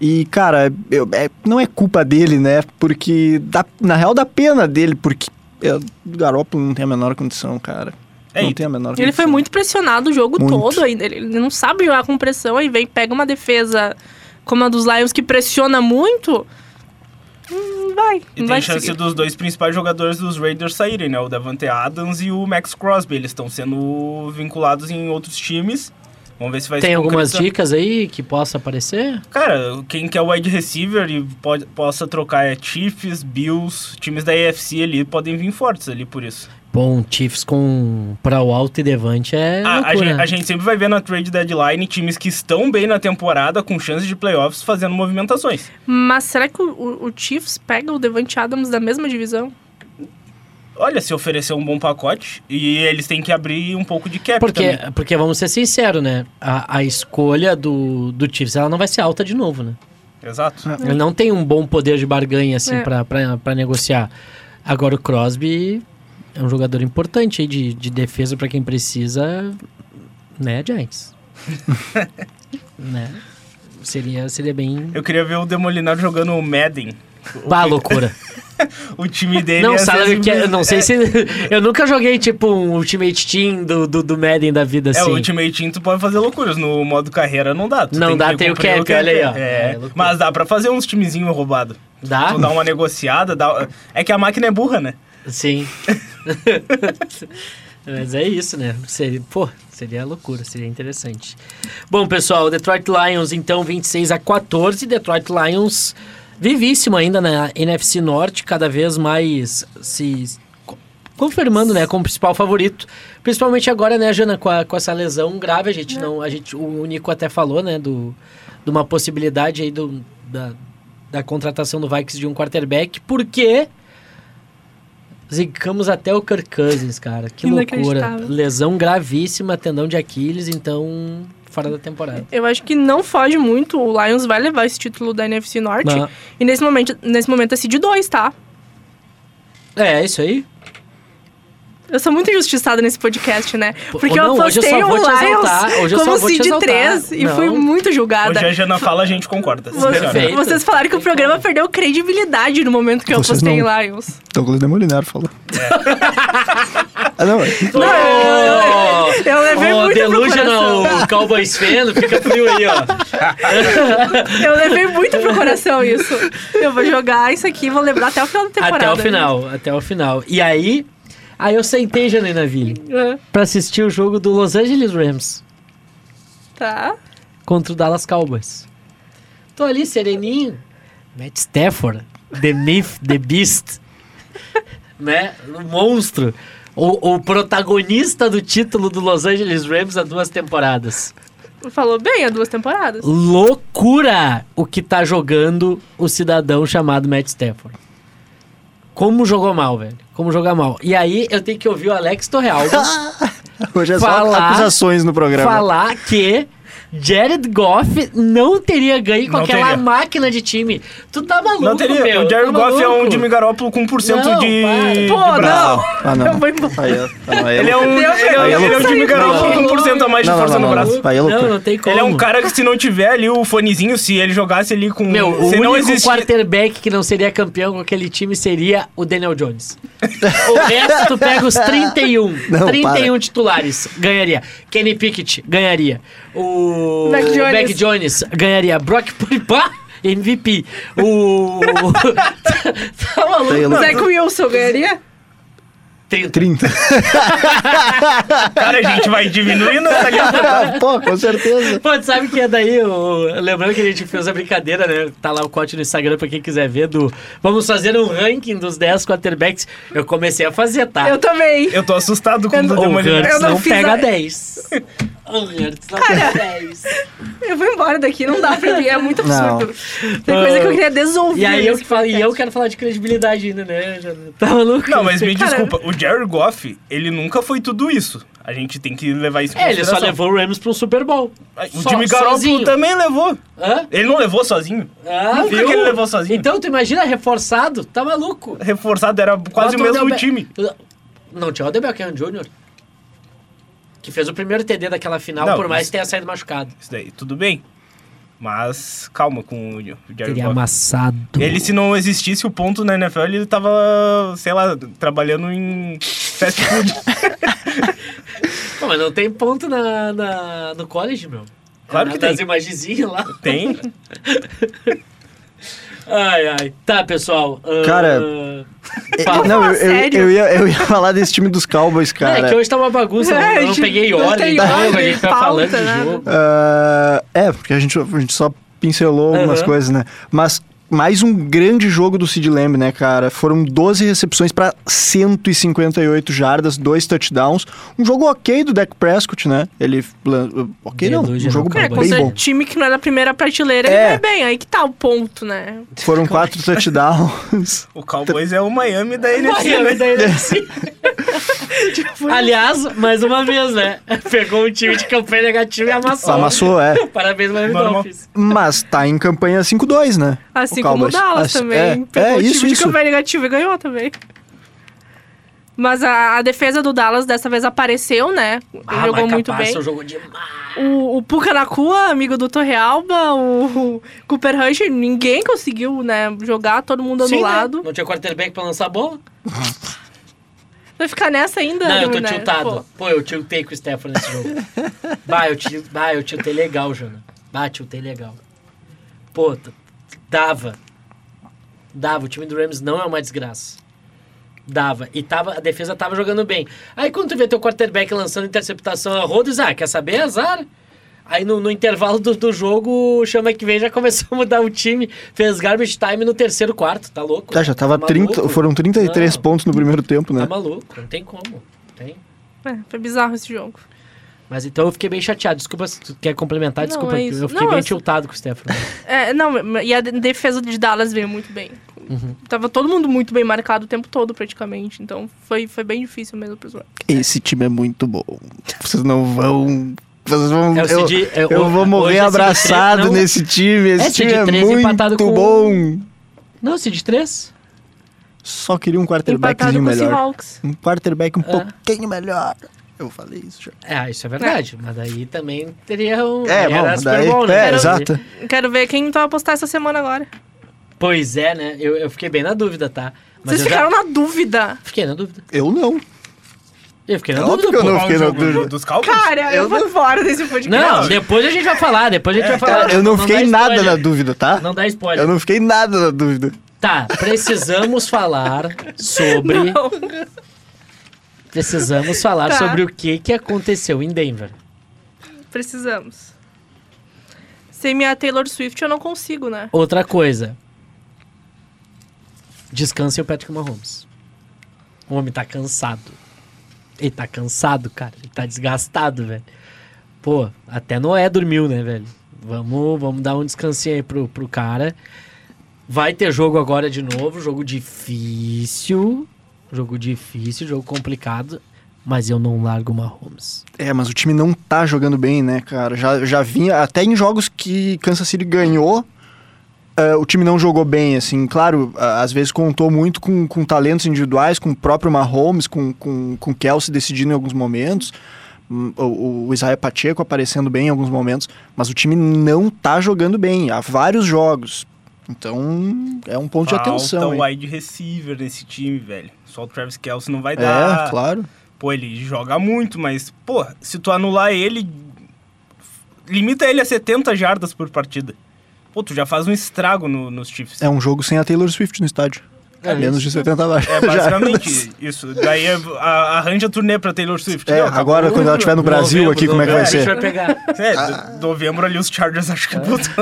Speaker 6: E, cara, eu- é- não é culpa dele, né? Porque, dá- na real, dá pena dele, porque é, o Garoppolo não tem a menor condição, cara.
Speaker 5: É,
Speaker 6: não
Speaker 5: e-
Speaker 6: tem a menor condição.
Speaker 4: Ele foi muito pressionado o jogo
Speaker 6: Muito.
Speaker 4: todo ainda. Ele ele não sabe jogar com pressão, aí vem, pega uma defesa como a dos Lions que pressiona muito. Hum, vai,
Speaker 5: E
Speaker 4: não
Speaker 5: tem
Speaker 4: vai
Speaker 5: chance
Speaker 4: conseguir.
Speaker 5: dos dois principais jogadores dos Raiders saírem, né? O Davante Adams e o Max Crosby. Eles estão sendo vinculados em outros times. Vamos ver se vai
Speaker 3: Tem
Speaker 5: se
Speaker 3: algumas
Speaker 5: concretizar.
Speaker 3: dicas aí que possa aparecer?
Speaker 5: Cara, quem quer wide receiver e pode, possa trocar é Chiefs, Bills, times da AFC ali podem vir fortes ali por isso.
Speaker 3: Bom, Chiefs com para o alto e devante é
Speaker 5: Ah, A- a,
Speaker 3: loucura.
Speaker 5: gente, a gente sempre vai ver na trade deadline times que estão bem na temporada com chances de playoffs fazendo movimentações.
Speaker 4: Mas será que o, o- o Chiefs pega o Devante Adams da mesma divisão?
Speaker 5: Olha, se oferecer um bom pacote e eles têm que abrir um pouco de cap
Speaker 3: Porque,
Speaker 5: também.
Speaker 3: porque vamos ser sinceros, né? A, a escolha do, do Chiefs, ela não vai ser alta de novo, né?
Speaker 5: Exato.
Speaker 3: Ele não tem um bom poder de barganha, assim,
Speaker 4: É.
Speaker 3: pra, pra, pra negociar. Agora o Crosby é um jogador importante aí de, de defesa pra quem precisa, né,
Speaker 5: [laughs]
Speaker 3: Giants? né? Seria, seria bem...
Speaker 5: Eu queria ver o Demolinar jogando o Madden.
Speaker 3: Bah, loucura.
Speaker 5: [laughs] O time dele
Speaker 3: Não,
Speaker 5: ia ser
Speaker 3: sabe o que é?
Speaker 5: simplesmente-
Speaker 3: Eu não sei se... Eu nunca joguei, tipo, um Ultimate Team do, do, do Madden da
Speaker 5: É,
Speaker 3: vida, assim.
Speaker 5: o Ultimate Team tu pode fazer loucuras. No modo carreira não dá. Tu
Speaker 3: Não dá,
Speaker 5: que
Speaker 3: tem o
Speaker 5: cumprir
Speaker 3: cap, olha aí, ó.
Speaker 5: É,
Speaker 3: É, loucura.
Speaker 5: mas dá pra fazer uns timezinhos roubados.
Speaker 3: Dá?
Speaker 5: Tu dá uma negociada, dá... É que a máquina é burra, né?
Speaker 3: Sim. [laughs] Mas é isso, né? Seria, pô, seria loucura, seria interessante. Bom, pessoal, Detroit Lions, então, 26 a 14. Detroit Lions vivíssimo ainda na NFC Norte, cada vez mais se co- confirmando, né, como principal favorito. Principalmente agora, né, Jana, com, a- com essa lesão grave, a gente não, a gente, o Nico até falou, né, do, de uma possibilidade aí do, da, da contratação do Vikings de um quarterback, porque zicamos até o Kirk Cousins, cara. Que loucura.
Speaker 4: Inacreditável.
Speaker 3: Lesão gravíssima, tendão de Aquiles, então fora da temporada.
Speaker 4: Eu acho que não foge muito. O Lions vai levar esse título da NFC Norte.
Speaker 3: Não.
Speaker 4: E nesse momento, nesse momento é seed 2, tá?
Speaker 3: É, é isso aí.
Speaker 4: Eu sou muito injustiçada nesse podcast, né?
Speaker 3: Pô,
Speaker 4: Porque
Speaker 3: não,
Speaker 4: eu
Speaker 3: hoje eu só
Speaker 4: postei o
Speaker 3: vou te
Speaker 4: Lions
Speaker 3: exaltar, hoje eu só
Speaker 4: como
Speaker 3: vou te
Speaker 4: seed
Speaker 3: exaltar.
Speaker 4: 3 e
Speaker 3: Não.
Speaker 4: fui muito
Speaker 3: Ah,
Speaker 4: julgada.
Speaker 5: Hoje a Jana fala, a gente concorda.
Speaker 4: Vo-
Speaker 5: sinceramente.
Speaker 3: Perfeito.
Speaker 4: Vocês falaram que o programa perdeu credibilidade no momento que eu
Speaker 6: Vocês
Speaker 4: postei
Speaker 6: não.
Speaker 4: em Lions.
Speaker 6: Douglas Demolinar falou. ah, não, é- [laughs]
Speaker 3: Não, eu,
Speaker 4: Eu levei
Speaker 3: Ô,
Speaker 4: muito pro
Speaker 3: delusional,
Speaker 4: coração.
Speaker 3: o Cowboys fan, fica frio aí, ó.
Speaker 4: Eu levei muito pro coração isso. Eu vou jogar isso aqui e vou lembrar até o final da temporada. né?
Speaker 3: Até o final, até o final. E aí, aí eu sentei, Janaina Ville,
Speaker 4: É,
Speaker 3: pra assistir o jogo do Los Angeles Rams
Speaker 4: Tá.
Speaker 3: contra o Dallas Cowboys. Tô ali, sereninho. Matt Stafford, The Myth, The Beast, [laughs] né? O monstro. O, o protagonista do título do Los Angeles Rams há duas temporadas.
Speaker 4: Falou bem há duas temporadas.
Speaker 3: Loucura o que tá jogando o cidadão chamado Matt Stafford. Como jogou mal, velho. Como jogar mal. E aí eu tenho que ouvir o Alex
Speaker 6: [laughs]
Speaker 3: Torrealba
Speaker 6: hoje é só
Speaker 3: Falar-
Speaker 6: acusações no programa.
Speaker 3: falar que Jared Goff não teria ganho com
Speaker 5: Não
Speaker 3: aquela
Speaker 5: teria.
Speaker 3: máquina de time. Tu tá maluco,
Speaker 5: Não teria.
Speaker 3: meu.
Speaker 5: o Jared
Speaker 3: tá
Speaker 5: Goff é um
Speaker 3: maluco.
Speaker 5: Jimmy Garoppolo com 1%
Speaker 3: Não,
Speaker 5: de...
Speaker 3: para.
Speaker 5: de
Speaker 4: Pô,
Speaker 5: braço.
Speaker 4: não!
Speaker 6: Ah, não.
Speaker 4: Eu vou embora.
Speaker 6: Aí, ó. Ah, não, aí
Speaker 5: Ele é
Speaker 6: eu-
Speaker 5: um,
Speaker 4: Deus,
Speaker 5: ele é,
Speaker 4: eu
Speaker 5: ele é
Speaker 4: vou
Speaker 5: o Jimmy
Speaker 4: sair
Speaker 5: Garoppolo
Speaker 4: daqui.
Speaker 5: com 1% a tá mais de
Speaker 6: Não, não,
Speaker 5: força
Speaker 6: não,
Speaker 5: no
Speaker 6: não,
Speaker 5: braço.
Speaker 6: Aí é
Speaker 3: não,
Speaker 6: loucura.
Speaker 3: não tem como.
Speaker 5: Ele é um cara que se não tiver ali o fonezinho, se ele jogasse ali com...
Speaker 3: Meu, o
Speaker 5: se
Speaker 3: único
Speaker 5: não existe...
Speaker 3: quarterback que não seria campeão com aquele time seria o Daniel Jones. o resto, tu pega os 31.
Speaker 6: [laughs] Não,
Speaker 3: 31
Speaker 6: para.
Speaker 3: titulares, ganharia. Kenny Pickett, ganharia. O
Speaker 4: Mac Jones.
Speaker 3: Mac Jones, ganharia. Brock [laughs] Puripá, MVP. O... [laughs] tá
Speaker 6: Taylor.
Speaker 3: maluco?
Speaker 4: O Zach Wilson ganharia?
Speaker 3: 30.
Speaker 6: 30.
Speaker 5: Cara, a gente vai diminuindo essa
Speaker 6: [laughs] Pô, com certeza.
Speaker 3: Pô, tu sabe que é daí, o- lembrando que a gente fez a brincadeira, né? Tá lá o corte no Instagram pra quem quiser ver do... Vamos fazer um ranking dos 10 quarterbacks. Eu comecei a fazer, tá?
Speaker 4: Eu também.
Speaker 5: Eu tô assustado com o
Speaker 3: O
Speaker 5: Demolidor.
Speaker 3: Hurts
Speaker 4: Eu
Speaker 3: não,
Speaker 4: não fiz
Speaker 3: pega
Speaker 4: a-
Speaker 3: 10. [laughs] O Hurts não
Speaker 4: [laughs]
Speaker 3: pega 10.
Speaker 4: Eu vou embora daqui, não dá pra mim, é muito
Speaker 6: Não.
Speaker 4: absurdo. Tem coisa que eu queria desouvir.
Speaker 3: E aí eu,
Speaker 4: nesse
Speaker 3: que falo, e eu quero falar de credibilidade ainda, né? Jana? Tá maluco?
Speaker 5: Não, mas me
Speaker 4: Cara.
Speaker 5: desculpa, o Jared Goff, ele nunca foi tudo isso. A gente tem que levar isso em
Speaker 3: [laughs] É, ele só
Speaker 5: consideração.
Speaker 3: levou o Rams pra um Super Bowl.
Speaker 5: O
Speaker 3: Só-
Speaker 5: Jimmy Garoppolo
Speaker 3: sozinho.
Speaker 5: também levou.
Speaker 3: Hã?
Speaker 5: Ele não levou sozinho.
Speaker 3: Ah,
Speaker 5: Nunca
Speaker 3: viu?
Speaker 5: que ele levou sozinho.
Speaker 3: Então, tu imagina reforçado? Tá maluco?
Speaker 5: Reforçado, era quase
Speaker 3: Bota
Speaker 5: o mesmo
Speaker 3: Odell-
Speaker 5: time.
Speaker 3: Não, tinha o Odell Beckham Jr., que fez o primeiro TD daquela final,
Speaker 5: Não,
Speaker 3: por mais
Speaker 5: mas-
Speaker 3: que tenha saído machucado.
Speaker 5: Isso daí, tudo bem. Mas calma com o Jared
Speaker 3: Teria
Speaker 5: Goff.
Speaker 3: amassado.
Speaker 5: Ele, se não existisse o ponto na NFL, ele tava, sei lá, trabalhando em fast food.
Speaker 3: Pô, mas não tem ponto na, na- no college, meu. É
Speaker 5: Claro que
Speaker 3: Nas
Speaker 5: tem.
Speaker 3: imagenzinhas lá.
Speaker 5: Tem?
Speaker 3: Ai, ai. Tá, pessoal. ah,
Speaker 6: Cara,
Speaker 3: fala.
Speaker 6: Não, eu,
Speaker 4: falar
Speaker 6: eu-
Speaker 4: sério.
Speaker 6: eu ia, eu ia falar desse time dos Cowboys, cara.
Speaker 3: É que hoje tá uma bagunça,
Speaker 4: É,
Speaker 3: eu não
Speaker 4: gente,
Speaker 3: peguei
Speaker 4: não
Speaker 3: ordem,
Speaker 4: tem
Speaker 3: então,
Speaker 4: ordem,
Speaker 3: a gente tá
Speaker 4: pauta, né?
Speaker 3: falando de
Speaker 4: nada. [laughs]
Speaker 3: jogo.
Speaker 6: Ah, é, porque a gente, a gente só pincelou algumas
Speaker 3: Aham.
Speaker 6: coisas, né? Mas mais um grande jogo do Sid Lamb, né, cara? Foram 12 recepções pra 158 jardas, dois touchdowns. Um jogo ok do Dak Prescott, né? Ele. lan- Ok, não. Um
Speaker 3: Delusional
Speaker 6: jogo
Speaker 3: Cowboys.
Speaker 4: É,
Speaker 6: bem
Speaker 4: quando
Speaker 6: bom.
Speaker 4: o time que não é da primeira prateleira,
Speaker 6: É.
Speaker 4: ele vai bem. Aí que tá o ponto, né?
Speaker 6: Foram
Speaker 4: [laughs]
Speaker 6: quatro touchdowns.
Speaker 5: O Cowboys é o Miami da
Speaker 3: [laughs] Miami
Speaker 5: NFC, né?
Speaker 3: da NFC. Aliás, mais uma vez,
Speaker 4: [laughs]
Speaker 3: né? Pegou um time de campanha negativa e amassou.
Speaker 6: Amassou, é.
Speaker 3: Parabéns, Miami
Speaker 5: Normal.
Speaker 3: Dolphins.
Speaker 6: Mas tá em campanha 5-2, né?
Speaker 4: Assim como o
Speaker 6: Cowboys.
Speaker 4: Dallas
Speaker 6: Assim-
Speaker 4: também.
Speaker 6: é,
Speaker 4: pegou
Speaker 6: é,
Speaker 4: o time
Speaker 6: isso,
Speaker 4: de
Speaker 6: isso.
Speaker 4: campanha negativa e ganhou também. Mas a, a defesa do Dallas dessa vez apareceu, né?
Speaker 3: Ah,
Speaker 4: jogou
Speaker 3: Micah
Speaker 4: muito
Speaker 3: Parsons
Speaker 4: bem.
Speaker 3: Jogou demais.
Speaker 4: O, o Puka Nakua, amigo do Torrealba, o, o Cooper Rush, ninguém conseguiu, né, jogar, todo mundo
Speaker 3: Sim, né?
Speaker 4: anulado.
Speaker 3: Não tinha quarterback pra lançar a bola?
Speaker 4: Vai ficar nessa ainda?
Speaker 3: Não, eu tô
Speaker 4: né?
Speaker 3: tiltado.
Speaker 4: Pô.
Speaker 3: Pô, eu tiltei com o Stefano nesse
Speaker 4: [laughs]
Speaker 3: jogo. bah, eu til- bah, eu tiltei legal, Jana. Bah, tiltei legal. Pô, t- dava. Dava. O time do Rams não é uma desgraça. Dava. E tava, a defesa tava jogando bem. Aí quando tu vê teu quarterback lançando interceptação a rodo, diz, ah, quer saber? Azar. Aí no, no intervalo do, do jogo, o Chama que vem já começou a mudar o time. Fez garbage time no terceiro quarto, tá louco?
Speaker 6: Tá, já tava
Speaker 3: Tá
Speaker 6: 30,
Speaker 3: maluco?
Speaker 6: foram 33
Speaker 3: Não,
Speaker 6: pontos no primeiro tempo, né?
Speaker 3: Tá maluco, não tem como. Tem.
Speaker 4: É, foi bizarro esse jogo.
Speaker 3: Mas então eu fiquei bem chateado. Desculpa se tu quer complementar,
Speaker 4: Não,
Speaker 3: desculpa.
Speaker 4: é
Speaker 3: eu-
Speaker 4: isso.
Speaker 3: eu fiquei
Speaker 4: Não,
Speaker 3: bem
Speaker 4: eu-
Speaker 3: tiltado com o Stefano.
Speaker 4: É, não, e a de- defesa de Dallas veio muito bem.
Speaker 6: Uhum.
Speaker 4: Tava todo mundo muito bem marcado o tempo todo, praticamente. Então foi, foi bem difícil mesmo pros Rams.
Speaker 6: Esse time é muito bom. Vocês não vão. Vocês vão.
Speaker 3: É o
Speaker 6: eu,
Speaker 3: CD é,
Speaker 6: eu
Speaker 3: o-
Speaker 6: vou
Speaker 3: hoje
Speaker 6: morrer
Speaker 3: é CD
Speaker 6: abraçado
Speaker 3: três, não,
Speaker 6: nesse time. Esse
Speaker 3: É
Speaker 6: time
Speaker 3: CD
Speaker 6: é
Speaker 3: três empatado
Speaker 6: muito
Speaker 3: com-
Speaker 6: bom.
Speaker 3: Não, Cid 3?
Speaker 6: Só queria um
Speaker 4: Empatado
Speaker 6: quarterbackzinho
Speaker 4: com o
Speaker 6: melhor.
Speaker 4: Seahawks.
Speaker 6: Um quarterback
Speaker 3: É.
Speaker 6: um pouquinho melhor. Eu falei isso já.
Speaker 3: É, isso é verdade. Mas daí também teria um.
Speaker 6: É,
Speaker 3: era
Speaker 6: bom,
Speaker 3: Super
Speaker 6: daí,
Speaker 3: Bowl, né?
Speaker 6: é,
Speaker 3: Era-
Speaker 6: exato.
Speaker 4: Quero ver quem tu vai apostar essa semana agora.
Speaker 3: Pois é, né? Eu, eu fiquei bem na dúvida, tá? Mas
Speaker 4: Vocês
Speaker 3: eu já-
Speaker 4: ficaram na dúvida.
Speaker 3: Fiquei na dúvida.
Speaker 6: Eu não.
Speaker 3: Eu fiquei na
Speaker 6: É
Speaker 3: dúvida,
Speaker 6: óbvio que eu
Speaker 3: pô.
Speaker 6: não
Speaker 5: Qual
Speaker 6: fiquei na
Speaker 5: jogo?
Speaker 6: dúvida.
Speaker 5: Do- Dos Cowboys?
Speaker 4: Cara, eu,
Speaker 6: Eu
Speaker 4: vou
Speaker 6: não-
Speaker 4: embora desse podcast.
Speaker 3: Não, depois a gente vai falar, depois a
Speaker 4: É,
Speaker 3: gente vai
Speaker 4: tá.
Speaker 3: falar.
Speaker 6: Cara, eu não,
Speaker 3: dá
Speaker 6: fiquei nada na
Speaker 3: spoiler.
Speaker 6: dúvida, tá?
Speaker 3: Não dá spoiler.
Speaker 6: Eu não fiquei nada na dúvida.
Speaker 3: Tá, precisamos falar sobre.
Speaker 4: [laughs] Não.
Speaker 3: Precisamos falar
Speaker 4: Tá.
Speaker 3: sobre o que, que aconteceu em Denver.
Speaker 4: Precisamos. Sem minha Taylor Swift eu não consigo, né?
Speaker 3: Outra coisa. Descanse o Patrick Mahomes. O homem tá cansado. Ele tá cansado, cara. Ele tá desgastado, velho. Pô, até Noé dormiu, né, velho? Vamos, vamos dar um descansinho aí pro, pro cara. Vai ter jogo agora de novo. Jogo difícil. Jogo difícil, jogo complicado. Mas eu não largo o Mahomes.
Speaker 6: É, mas o time não tá jogando bem, né, cara? Já, já vinha. Até em jogos que Kansas City ganhou, eh, o time não jogou bem, assim. Claro, a- às vezes contou muito com, com talentos individuais, com o próprio Mahomes, com, com, com o Kelsey decidindo em alguns momentos. hum, O, o Isaiah Pacheco aparecendo bem em alguns momentos, mas o time não tá jogando bem há vários jogos. Então, é um ponto de atenção.
Speaker 5: Falta
Speaker 6: hein?
Speaker 5: wide receiver nesse time, velho. Só o Travis Kelce não vai dar.
Speaker 6: É, claro.
Speaker 5: Pô, ele joga muito, mas, pô, se tu anular ele, limita ele a 70 jardas por partida. Pô, tu já faz um estrago no- nos Chiefs.
Speaker 6: É um jogo sem a Taylor Swift no estádio.
Speaker 3: É
Speaker 6: Menos de 70 lá. [laughs]
Speaker 5: É basicamente isso. Daí é- a- arranja turnê pra Taylor Swift.
Speaker 6: É,
Speaker 5: Não, acabou.
Speaker 6: agora quando ela estiver no Brasil
Speaker 3: Novembro,
Speaker 6: aqui, como é que vai
Speaker 3: novembro,
Speaker 5: [laughs]
Speaker 6: ser?
Speaker 3: A gente vai pegar.
Speaker 5: É, do- novembro ali os Chargers acho
Speaker 6: É.
Speaker 5: que botam.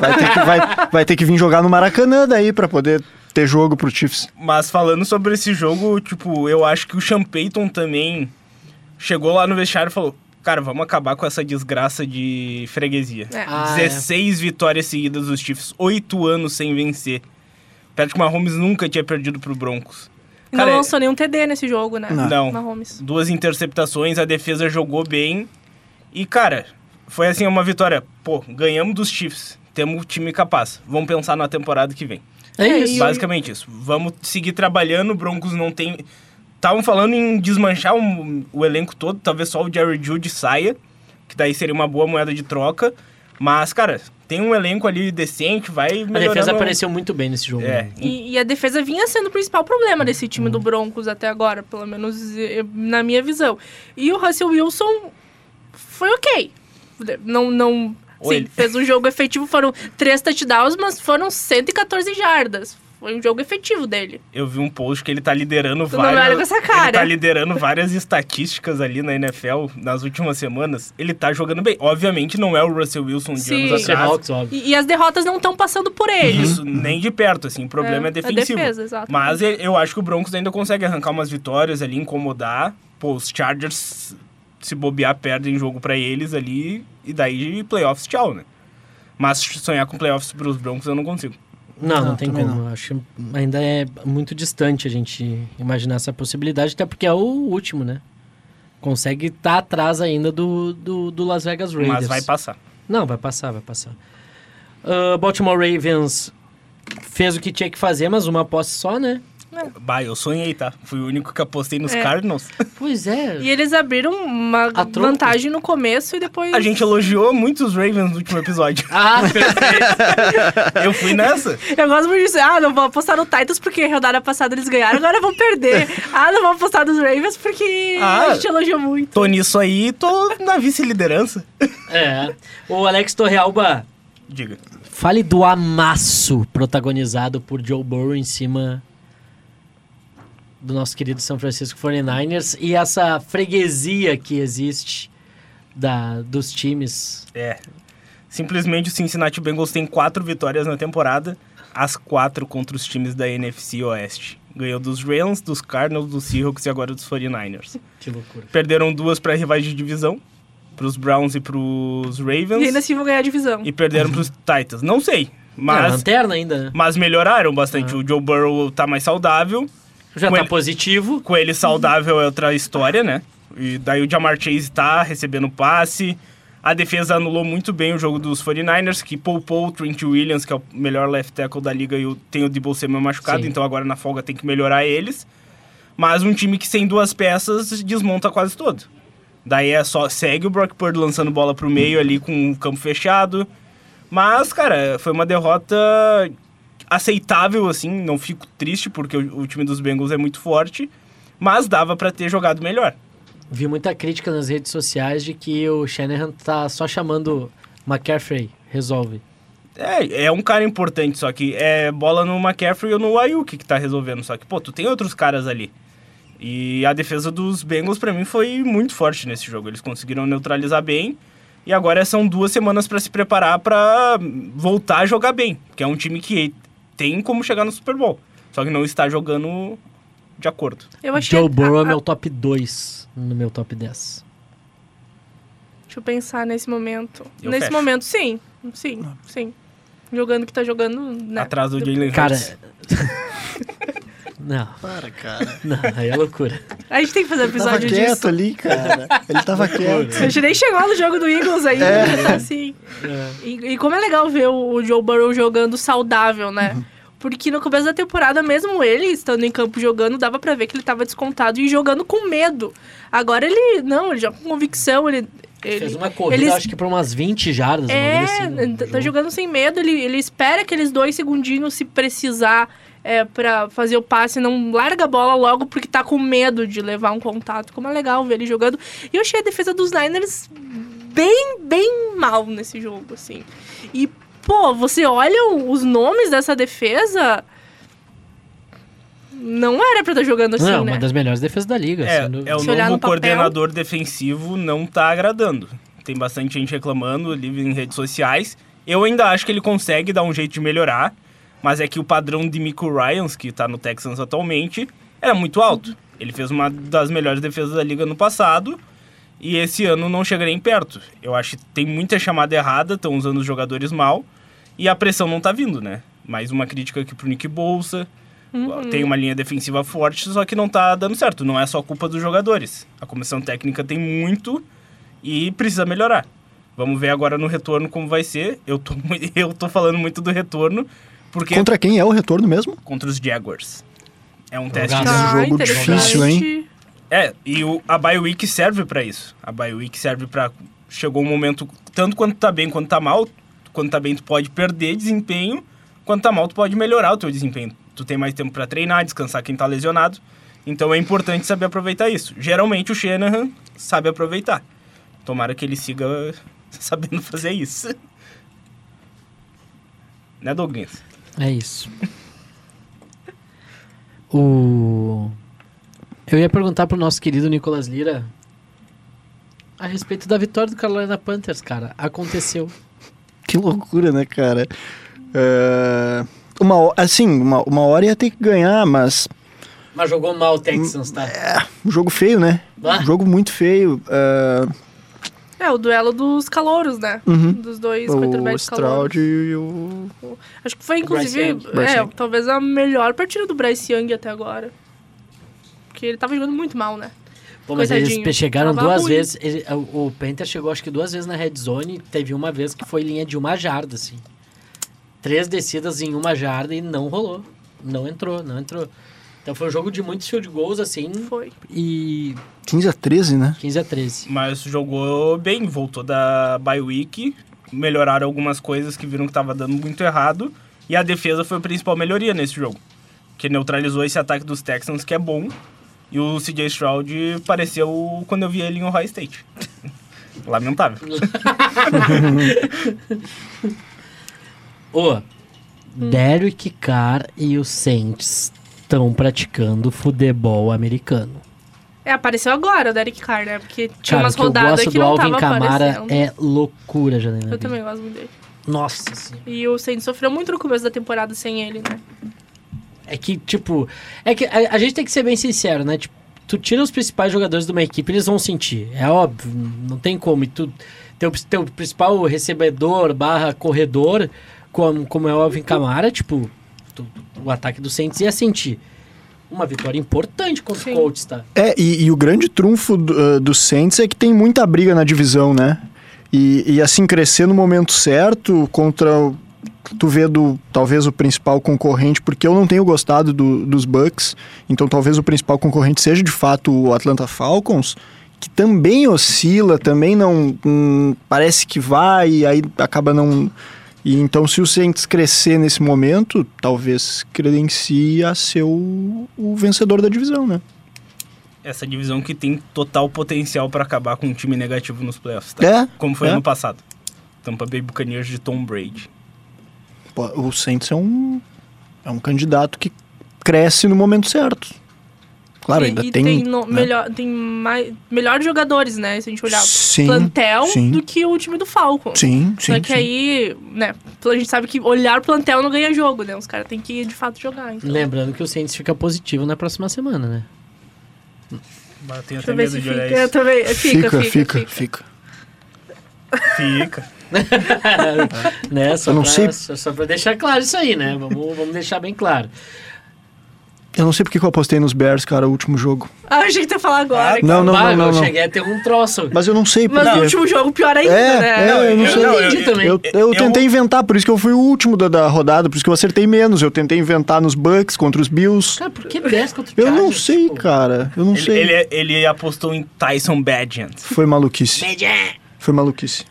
Speaker 6: Vai ter, que, vai, vai ter que vir jogar no Maracanã daí pra poder ter jogo pro Chiefs.
Speaker 5: Mas falando sobre esse jogo, tipo, eu acho que o Sean Payton também chegou lá no vestiário e falou: Cara, vamos acabar com essa desgraça de freguesia.
Speaker 4: É.
Speaker 3: Ah, é.
Speaker 5: 16 vitórias seguidas dos Chiefs, 8 anos sem vencer. Patrick Mahomes nunca tinha perdido pro Broncos.
Speaker 4: E
Speaker 5: Cara, é,
Speaker 4: não lançou nenhum TD nesse jogo, né?
Speaker 6: Não.
Speaker 5: Não.
Speaker 4: Mahomes.
Speaker 5: Duas interceptações, a defesa jogou bem. E, cara, foi assim uma vitória. Pô, ganhamos dos Chiefs. Temos um time capaz. Vamos pensar na temporada que vem.
Speaker 3: É
Speaker 4: E
Speaker 3: isso.
Speaker 4: o-
Speaker 5: Basicamente isso. Vamos seguir trabalhando, o Broncos não tem... Estavam falando em desmanchar o, o elenco todo, talvez só o Jerry Judy saia, que daí seria uma boa moeda de troca. Mas, cara, tem um elenco ali decente, vai
Speaker 3: A defesa
Speaker 5: melhorando-
Speaker 3: apareceu muito bem nesse jogo.
Speaker 5: É,
Speaker 3: né?
Speaker 4: E, e a defesa vinha sendo o principal problema desse time do Broncos até agora, pelo menos eh, na minha visão. E o Russell Wilson foi ok. Não. não
Speaker 5: Oi.
Speaker 4: sim, fez um jogo efetivo, foram três touchdowns, mas foram 114 jardas. Foi um jogo efetivo dele.
Speaker 5: eu vi um post que ele tá liderando
Speaker 4: Tu não
Speaker 5: várias...
Speaker 4: olha com essa cara.
Speaker 5: Ele tá liderando várias estatísticas ali na NFL nas últimas semanas. Ele tá jogando bem. Obviamente não é o Russell Wilson de
Speaker 4: Sim.
Speaker 5: anos atrás.
Speaker 3: Seahawks, óbvio.
Speaker 4: E, e as derrotas não estão passando por ele.
Speaker 5: Isso, nem de perto, assim. O Uhum. problema é, defensivo.
Speaker 4: A defesa, exato.
Speaker 5: Mas e- eu acho que o Broncos ainda consegue arrancar umas vitórias ali, incomodar. Pô, os Chargers, se bobear, perdem jogo pra eles ali. E daí, playoffs, tchau, né? Mas sonhar com playoffs pros Broncos eu não consigo.
Speaker 3: Não, não,
Speaker 6: Não,
Speaker 3: tem
Speaker 6: também
Speaker 3: como. Eu Acho que ainda é muito distante a gente imaginar essa possibilidade, até porque é o último, né? Consegue estar atrás ainda do, do, do Las Vegas Raiders.
Speaker 5: Mas vai passar.
Speaker 3: Não, vai passar, vai passar. Ah, Baltimore Ravens fez o que tinha que fazer, mas uma posse só, né?
Speaker 5: Bah, eu sonhei, tá? Fui o único que apostei nos
Speaker 4: É.
Speaker 5: Cardinals.
Speaker 3: Pois é.
Speaker 4: E eles abriram uma
Speaker 3: A troco.
Speaker 4: vantagem no começo e depois.
Speaker 5: A gente elogiou muito os Ravens no último episódio.
Speaker 3: Ah, [laughs] perfeito.
Speaker 5: Eu fui nessa.
Speaker 4: Eu gosto muito disso. Ah, não vou apostar no Titans porque a rodada passada eles ganharam, agora vão perder. ah, não vou apostar nos Ravens porque
Speaker 5: Ah.
Speaker 4: a gente elogiou muito.
Speaker 5: Tô nisso aí e tô na vice-liderança.
Speaker 3: é. O Alex Torrealba,
Speaker 5: Diga.
Speaker 3: fale do amasso protagonizado por Joe Burrow em cima do nosso querido São Francisco 49ers e essa freguesia que existe da, dos times.
Speaker 5: É. Simplesmente o Cincinnati Bengals tem quatro vitórias na temporada, as quatro contra os times da NFC Oeste. Ganhou dos Rams, dos Cardinals, dos Seahawks e agora dos 49ers.
Speaker 3: Que loucura.
Speaker 5: Perderam duas para rivais de divisão, pros Browns e pros
Speaker 4: E ainda
Speaker 5: Ravens,
Speaker 4: assim vão ganhar a divisão.
Speaker 5: e perderam pros Titans. Não sei,
Speaker 3: Mas...
Speaker 5: mas,
Speaker 3: lanterna ainda, né?
Speaker 5: mas melhoraram bastante. O Joe Burrow tá mais saudável,
Speaker 3: Já
Speaker 5: Com
Speaker 3: tá
Speaker 5: ele-
Speaker 3: positivo.
Speaker 5: com ele saudável é outra história, né? E daí o Jamar Chase tá recebendo passe. A defesa anulou muito bem o jogo dos 49ers, que poupou o Trent Williams, que é o melhor left tackle da liga, e o- tem o Debo Samuel machucado,
Speaker 3: Sim.
Speaker 5: então agora na folga tem que melhorar eles. Mas um time que sem duas peças desmonta quase todo. Daí é só segue o Brock Purdy lançando bola pro meio ali com o campo fechado. Mas, cara, foi uma derrota aceitável, assim. Não fico triste porque o, o time dos Bengals é muito forte. Mas dava pra ter jogado melhor.
Speaker 3: Vi muita crítica nas redes sociais de que o Shanahan tá só chamando McCaffrey, resolve.
Speaker 5: É, é um cara importante, só que é bola no McCaffrey ou no Ayuk que tá resolvendo. Só que, pô, tu tem outros caras ali. E a defesa dos Bengals, pra mim, foi muito forte nesse jogo. Eles conseguiram neutralizar bem. E agora são duas semanas pra se preparar pra voltar a jogar bem. Que é um time que tem como chegar no Super Bowl. Só que não está jogando de acordo.
Speaker 4: Eu achei. Ah,
Speaker 3: Joe Burrow é
Speaker 4: a- a-
Speaker 3: meu top 2 no meu top 10.
Speaker 4: Deixa eu pensar nesse momento.
Speaker 5: Eu
Speaker 4: nesse
Speaker 5: fecho.
Speaker 4: momento, sim. Sim, sim. Jogando o que tá jogando, né?
Speaker 5: Atrás do Jalen
Speaker 3: Cara. [laughs]
Speaker 5: Hurts.
Speaker 3: Não,
Speaker 6: Para, cara.
Speaker 3: não, aí é loucura.
Speaker 4: A gente tem que fazer um
Speaker 6: Ele tava
Speaker 4: episódio
Speaker 6: quieto
Speaker 4: disso.
Speaker 6: ali, cara. Ele tava quieto.
Speaker 4: A gente nem chegou no jogo do Eagles ainda, tá assim. E, e como é legal ver o o Joe Burrow jogando saudável, né? Porque no começo da temporada, mesmo ele estando em campo jogando, dava pra ver que ele tava descontado e jogando com medo. Agora ele, não, ele joga com convicção, ele. ele
Speaker 3: Fez uma corrida,
Speaker 4: ele-
Speaker 3: acho que pra umas 20 jardas. uma
Speaker 4: É,
Speaker 3: coisa assim, no
Speaker 4: tá- tá
Speaker 3: jogo.
Speaker 4: jogando sem medo, ele, ele espera aqueles dois segundinhos se precisar é, para fazer o passe, não larga a bola logo porque tá com medo de levar um contato. Como é legal ver ele jogando. E eu achei a defesa dos Niners bem, bem mal nesse jogo, assim. E, pô, você olha o- os nomes dessa defesa. Não era pra estar jogando assim,
Speaker 3: Não, é
Speaker 4: né?
Speaker 3: uma das melhores defesas da liga.
Speaker 5: É,
Speaker 3: sem dúvida.
Speaker 5: é o
Speaker 4: Se olhar
Speaker 5: novo
Speaker 4: no papel-
Speaker 5: coordenador defensivo não tá agradando. Tem bastante gente reclamando ali em redes sociais. Eu ainda acho que ele consegue dar um jeito de melhorar, mas é que o padrão de Mico Ryans, que tá no Texans atualmente, era muito alto. Ele fez uma das melhores defesas da liga no passado e esse ano não chega nem perto. Eu acho que tem muita chamada errada, estão usando os jogadores mal e a pressão não tá vindo, né? Mais uma crítica aqui pro Nick Bolsa. Uhum. Tem uma linha defensiva forte, só que não tá dando certo. Não é só culpa dos jogadores. A comissão técnica tem muito e precisa melhorar. Vamos ver agora no retorno como vai ser. Eu tô, [laughs] mu- eu tô falando muito do retorno, porque contra,
Speaker 6: Contra quem é o retorno mesmo?
Speaker 5: os Jaguars. É um teste.
Speaker 3: Jogaço.
Speaker 6: Tá. jogo
Speaker 4: interessante.
Speaker 6: difícil, hein?
Speaker 5: É, e o, a bye week serve pra isso. A bye week serve pra... Chegou um momento, tanto quando tá bem quanto tá mal, quando tá bem tu pode perder desempenho, quando tá mal tu pode melhorar o teu desempenho. Tu tem mais tempo pra treinar, descansar quem tá lesionado. Então é importante saber aproveitar isso. Geralmente o Shanahan sabe aproveitar. Tomara que ele siga [laughs] sabendo fazer isso. Né, Douglas?
Speaker 3: É isso. o... Eu ia perguntar pro nosso querido Nicolas Lira a respeito da vitória do Carolina Panthers, cara. Aconteceu.
Speaker 6: Que loucura, né, cara? É, Uma, ho- assim, uma, uma hora ia ter que ganhar, mas
Speaker 7: Mas jogou mal o Texans, tá?
Speaker 6: um jogo feio, né?
Speaker 7: Ah.
Speaker 6: Um jogo muito feio. é,
Speaker 4: É, É, o duelo dos calouros, né?
Speaker 6: Uhum.
Speaker 4: Dos dois
Speaker 6: O
Speaker 4: quarterbacks calouros.
Speaker 6: Stroud e o...
Speaker 4: Acho que foi, inclusive,
Speaker 8: Bryce
Speaker 6: Bryce
Speaker 4: é,
Speaker 6: Young.
Speaker 4: talvez a melhor partida do Bryce Young até agora. Porque ele tava jogando muito mal, né?
Speaker 3: Pô, mas eles
Speaker 4: Coitadinho.
Speaker 3: chegaram
Speaker 4: Tava
Speaker 3: duas
Speaker 4: ruim.
Speaker 3: vezes. ele- o o Panther chegou acho que duas vezes na red zone. Teve uma vez que foi linha de uma jarda, assim. Três descidas em uma jarda e não rolou. Não entrou, não entrou. Então foi um jogo de muitos field goals, assim,
Speaker 4: Foi.
Speaker 3: e
Speaker 6: 15 a 13, né?
Speaker 3: 15 a 13.
Speaker 5: Mas jogou bem, voltou da bye week, melhoraram algumas coisas que viram que tava dando muito errado, e a defesa foi a principal melhoria nesse jogo, que neutralizou esse ataque dos Texans, que é bom, e o CJ Stroud pareceu quando eu vi ele em Ohio State. [laughs] Lamentável.
Speaker 3: Ô,
Speaker 4: Hum.
Speaker 3: Derek Carr e os Saints estão praticando futebol americano.
Speaker 4: É, apareceu agora o Derek Carr, né? Porque tinha
Speaker 3: Cara,
Speaker 4: umas
Speaker 3: o que eu
Speaker 4: rodadas
Speaker 3: gosto
Speaker 4: que
Speaker 3: do
Speaker 4: não
Speaker 3: Alvin
Speaker 4: tava
Speaker 3: Camara
Speaker 4: aparecendo.
Speaker 3: é loucura, Janina.
Speaker 4: Eu
Speaker 3: Vig.
Speaker 4: também gosto muito dele.
Speaker 3: Nossa senhora.
Speaker 4: E o Saints sofreu muito no começo da temporada sem ele, né?
Speaker 3: É que, tipo. É que a, a gente tem que ser bem sincero, né? Tipo, tu tira os principais jogadores de uma equipe, eles vão sentir. É óbvio, não tem como. E tu, teu, teu principal recebedor barra corredor, como, como é o Alvin Camara, tipo, tu- o ataque do Saints ia sentir. Uma vitória importante contra
Speaker 4: Sim.
Speaker 3: o Colts, tá?
Speaker 6: É, e, e o grande trunfo do, eh, do Saints é que tem muita briga na divisão, né? E, e, assim, crescer no momento certo contra, o- tu vê, do, talvez o principal concorrente, porque eu não tenho gostado do- dos Bucks, então talvez o principal concorrente seja de fato o Atlanta Falcons, que também oscila, também não. hum, parece que vai, e aí acaba não. E então, se o Saints crescer nesse momento, talvez credencie a ser o- o vencedor da divisão, né?
Speaker 5: Essa divisão que tem total potencial pra acabar com um time negativo nos playoffs, tá?
Speaker 6: É,
Speaker 5: Como foi
Speaker 6: é.
Speaker 5: ano passado. Tampa Bay Buccaneers de Tom Brady.
Speaker 6: Pô, O Saints é um, é um candidato que cresce no momento certo. Claro,
Speaker 4: e,
Speaker 6: ainda
Speaker 4: e
Speaker 6: tem.
Speaker 4: no-
Speaker 6: né?
Speaker 4: melhor, tem mais, melhores jogadores, né? Se a gente olhar
Speaker 6: Sim,
Speaker 4: plantel
Speaker 6: sim.
Speaker 4: do que o time do Falcon.
Speaker 6: Sim, sim.
Speaker 4: Só que
Speaker 6: sim.
Speaker 4: aí, né, a gente sabe que olhar plantel não ganha jogo, né? Os caras têm que, de fato, jogar. Então.
Speaker 3: Lembrando que o Saints fica positivo na próxima semana, né?
Speaker 5: Bah, eu tenho
Speaker 4: Deixa
Speaker 5: até
Speaker 4: eu ver
Speaker 5: medo
Speaker 4: se
Speaker 5: de
Speaker 4: fica.
Speaker 5: olhar
Speaker 4: Eu
Speaker 5: isso.
Speaker 4: também. Fica, fica, fica.
Speaker 5: Fica.
Speaker 3: né? Só,
Speaker 6: Eu não
Speaker 3: pra,
Speaker 6: sei-
Speaker 3: só, só pra deixar claro isso aí, né? Vamos, vamos deixar bem claro.
Speaker 6: Eu não sei porque que eu apostei nos Bears, cara, o último jogo.
Speaker 4: Ah, achei que tu ia falar agora.
Speaker 6: Não, não,
Speaker 3: Bah,
Speaker 6: não, não.
Speaker 3: eu
Speaker 6: não.
Speaker 3: cheguei a ter um troço.
Speaker 6: Mas eu não sei porque.
Speaker 4: Mas no último jogo, pior ainda,
Speaker 6: É,
Speaker 4: né?
Speaker 6: é, eu não sei.
Speaker 5: não,
Speaker 3: entendi também.
Speaker 6: Eu, eu tentei inventar, por isso que eu fui o último da, da rodada, por isso que eu acertei menos. Eu tentei inventar nos Bucks contra os Bills.
Speaker 3: Cara, por que 10 contra o
Speaker 6: Eu não
Speaker 3: Chargers?
Speaker 6: sei,
Speaker 3: Pô,
Speaker 6: cara. Eu não
Speaker 5: Ele, é-
Speaker 6: sei.
Speaker 5: ele, ele apostou em Tyson Badgett.
Speaker 6: Foi maluquice. Foi maluquice.